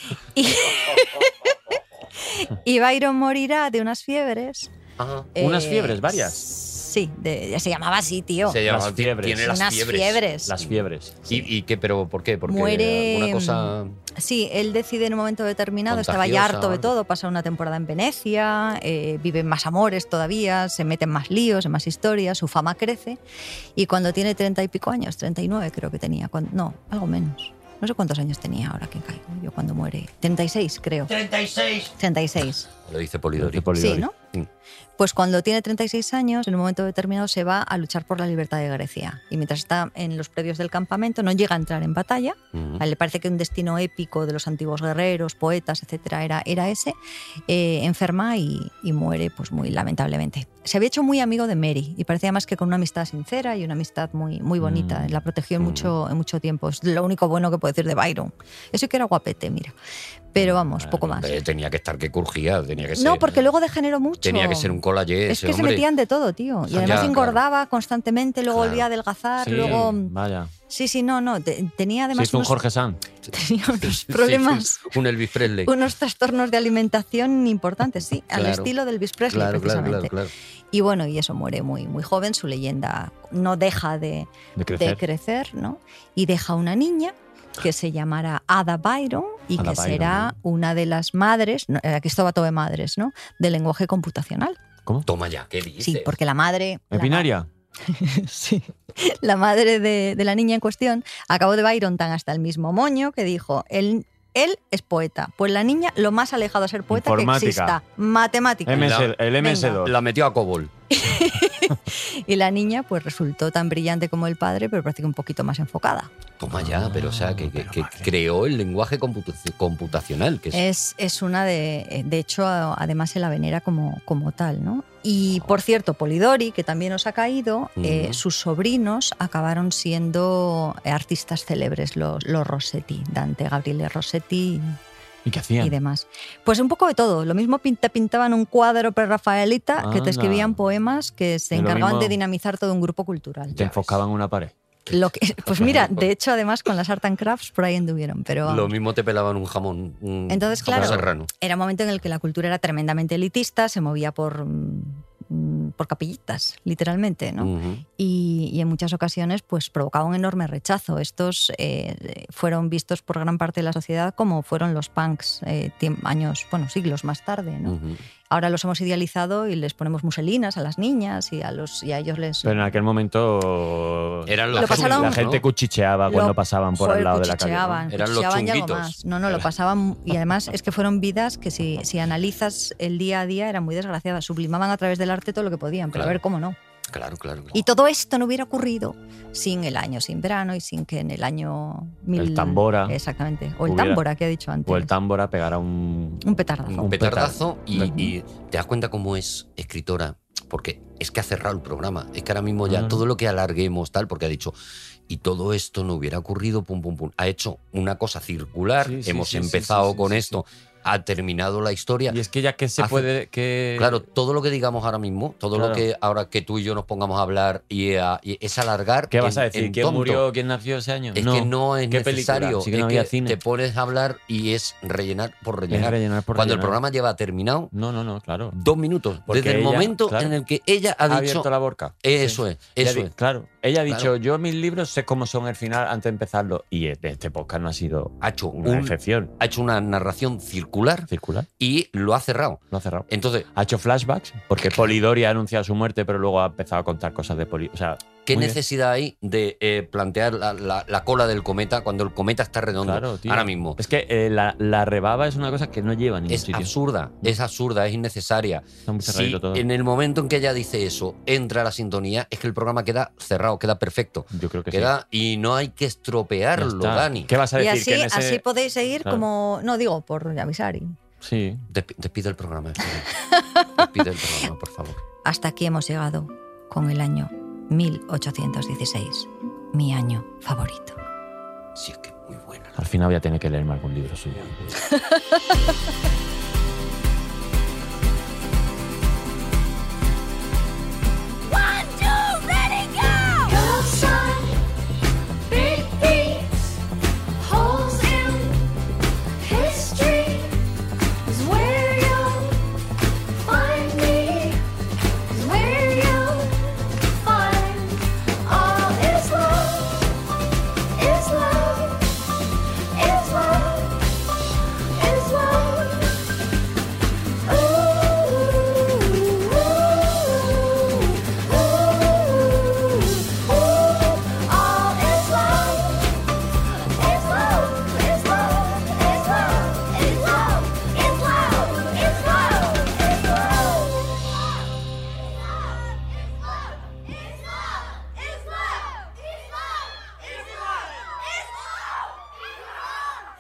Y Byron morirá de unas fiebres. eh,
Ajá.
¿Unas fiebres varias?
Sí, de- se llamaba así, tío.
Se llama,
Las
ti-
fiebres.
Tiene las
unas
fiebres.
fiebres.
Las fiebres.
¿Y, y qué? ¿Pero por qué? Porque
Muere, mm,
alguna cosa...
Sí, él decide en un momento determinado, estaba ya
Contagiosa
harto
o
de
algo.
todo, pasa una temporada en Venecia, eh, vive más amores todavía, se mete en más líos, en más historias, su fama crece y cuando tiene treinta y pico años, 39 creo que tenía, cuan- no, algo menos. No sé cuántos años tenía ahora que caigo yo cuando muere. 36, creo.
36.
36.
Lo dice Polidori.
Sí, ¿no?
Sí.
Pues cuando tiene 36 años, en un momento determinado se va a luchar por la libertad de Grecia. Y mientras está en los predios del campamento, no llega a entrar en batalla.
Ujú.
A él le parece que un destino épico de los antiguos guerreros, poetas, etcétera, era, era ese. Eh, enferma y, y muere, pues muy lamentablemente. Se había hecho muy amigo de Mary y parecía más que con una amistad sincera y una amistad muy, muy bonita.
Mm.
La protegió en mucho, en mucho tiempo. Es lo único bueno que puedo decir de Byron. Eso que era guapete, mira. Pero vamos, poco más.
Eh, tenía que estar que curgía, tenía que ser.
No, porque luego degeneró mucho.
Tenía que ser un collage
Es
ese
que
hombre.
se metían de todo, tío. Y
Ya,
además
claro.
engordaba constantemente, luego
Claro. Mm.
volvía a adelgazar,
Sí,
luego...
Vaya.
Sí, sí, no, no. te- tenía
Sí,
además
fue un
unos,
Jorge Sanz.
tenía unos
Sí,
problemas,
sí, un Elvis Presley.
unos trastornos de alimentación importantes, sí, al
Claro.
estilo del Elvis Presley,
claro, claro,
precisamente.
claro, claro.
Y bueno, y eso muere muy, muy joven, su leyenda no deja de,
De
de
crecer.
crecer, ¿no? Y deja una niña que se llamará Ada Byron y
Ada
que
Byron,
será una de las madres, no, era Cristóbato de Madres, ¿no? Del lenguaje computacional.
¿Cómo?
Toma ya, ¿qué dices?
Sí, porque la madre... la ma-
¿Epinaria?
Sí. La madre de, de la niña en cuestión acabó de Byron tan hasta el mismo moño que dijo, él, él es poeta, pues la niña lo más alejado a ser poeta que
Informática. Em,
exista, matemática.
MS, el MS2.
La metió a Cobol.
Y la niña pues resultó tan brillante como el padre, pero parece que un poquito más enfocada.
Toma ya, pero o sea, que, que-
Ah,
que creó el lenguaje computu- computacional, que es
Es, es una de, de hecho, a- además se la venera como, como tal, ¿no? Y por cierto, Polidori, que también nos ha caído, eh,
Ujú.
sus sobrinos acabaron siendo eh, artistas célebres, los, los Rossetti, Dante Gabriele Rossetti,
¿Y qué
y
hacían?
demás. Pues un poco de todo. Lo mismo pin- te pintaban un cuadro prerrafaelita que
Anda.
te escribían poemas que se
Y lo
encargaban de
mismo-
dinamizar todo un grupo cultural.
Te enfocaban en una pared.
Lo que, pues mira, de hecho, además con las Art and Crafts por ahí anduvieron, pero
lo
vamos,
mismo te pelaban un jamón, un
Entonces,
jamón
claro,
serrano.
era un momento en el que la cultura era tremendamente elitista, se movía por, mm, por capillitas, literalmente, ¿no?
Mm.
Ujú.
y, y en muchas ocasiones pues provocaba un enorme rechazo. Estos eh, fueron vistos por gran parte de la sociedad como fueron los punks eh, tiem- años, bueno, siglos más tarde. ¿no?
Ujú.
Ahora los hemos idealizado y les ponemos muselinas a las niñas y a, los, y a ellos les...
Pero en aquel momento.
Eran
Lo
los
pasaron-
la
chungos,
gente
¿no?
cuchicheaba cuando
Lo-
pasaban por
Joder,
al lado de la calle. ¿no?
cuchicheaban,
Eran los
cuchicheaban y algo
chunguitos.
más. No, no, lo pasaban y además es que fueron vidas que si, si analizas el día a día eran muy desgraciadas. Sublimaban a través del arte todo lo que podían, pero a
Claro.
ver cómo no.
Claro, claro. claro.
Y todo esto no hubiera ocurrido sin el año sin verano y sin que en el año mil...
El tambora.
Exactamente. O el
Hubiera-
tambora que he dicho antes.
O el támbora pegara un.
un petardazo.
un
un petardazo y,
petardo.
y te das cuenta cómo es escritora, porque es que ha cerrado el programa, es que ahora mismo ya
Claro.
todo lo que alarguemos tal, porque ha dicho, y todo esto no hubiera ocurrido, pum, pum, pum, ha hecho una cosa circular,
Sí, sí,
hemos
sí, sí,
empezado
sí, sí,
con
sí,
esto, ha terminado la historia.
Y es que ya que se
Hace-
puede. Que...
Claro, todo lo que digamos ahora mismo, todo
Claro.
lo que ahora que tú y yo nos pongamos a hablar y, a- y es alargar.
¿Qué vas
en-
a decir?
en
¿Quién
tonto.
murió? ¿Quién nació ese año?
Es que no es
¿Qué película?
necesario.
Sí que no
es
había
que
cine.
te pones a hablar y es rellenar por
Es
rellenar.
rellenar por
Cuando el
rellenar.
programa lleva terminado,
No, no, no, claro.
dos minutos.
Porque
desde el
ella,
momento
claro,
en el que ella ha,
Ha
dicho.
abierto la borca.
Eso es,
Ella
eso
di-
es.
Claro. Ella ha dicho,
Claro.
yo mis libros sé cómo son el final antes de empezarlo. Y este este podcast no ha sido
Ha hecho,
una
un-
excepción.
ha hecho una narración circular
Circular.
y lo ha cerrado.
Lo ha cerrado.
Entonces,
Ha hecho flashbacks porque Polidori ha anunciado su muerte, pero luego ha empezado a contar cosas de Polidori. O sea,
¿qué
Muy bien.
necesidad hay de eh, plantear la, la- la cola del cometa cuando el cometa está redondo?
Claro, tío.
Ahora mismo.
es que eh, la, la rebaba es una cosa que no lleva a ningún
Es
sitio.
absurda, es absurda, es innecesaria.
Está muy
Si
cerradito todo.
en el momento en que ella dice eso, entra la sintonía, es que el programa queda cerrado, queda perfecto.
Yo creo que sí.
queda Y no hay que
Ya
estropearlo,
está.
Dani.
¿Qué vas a
Y
decir?
así,
que en ese-
así podéis seguir
Claro.
como, no digo, por avisar. y-
Sí.
Desp- despide el programa. por favor. despide el programa, por favor.
Hasta aquí hemos llegado con el año 1816, mi año favorito.
Si es que es muy buena.
Al final voy a tener que leerme algún libro suyo.
It's love, it's love, it's love.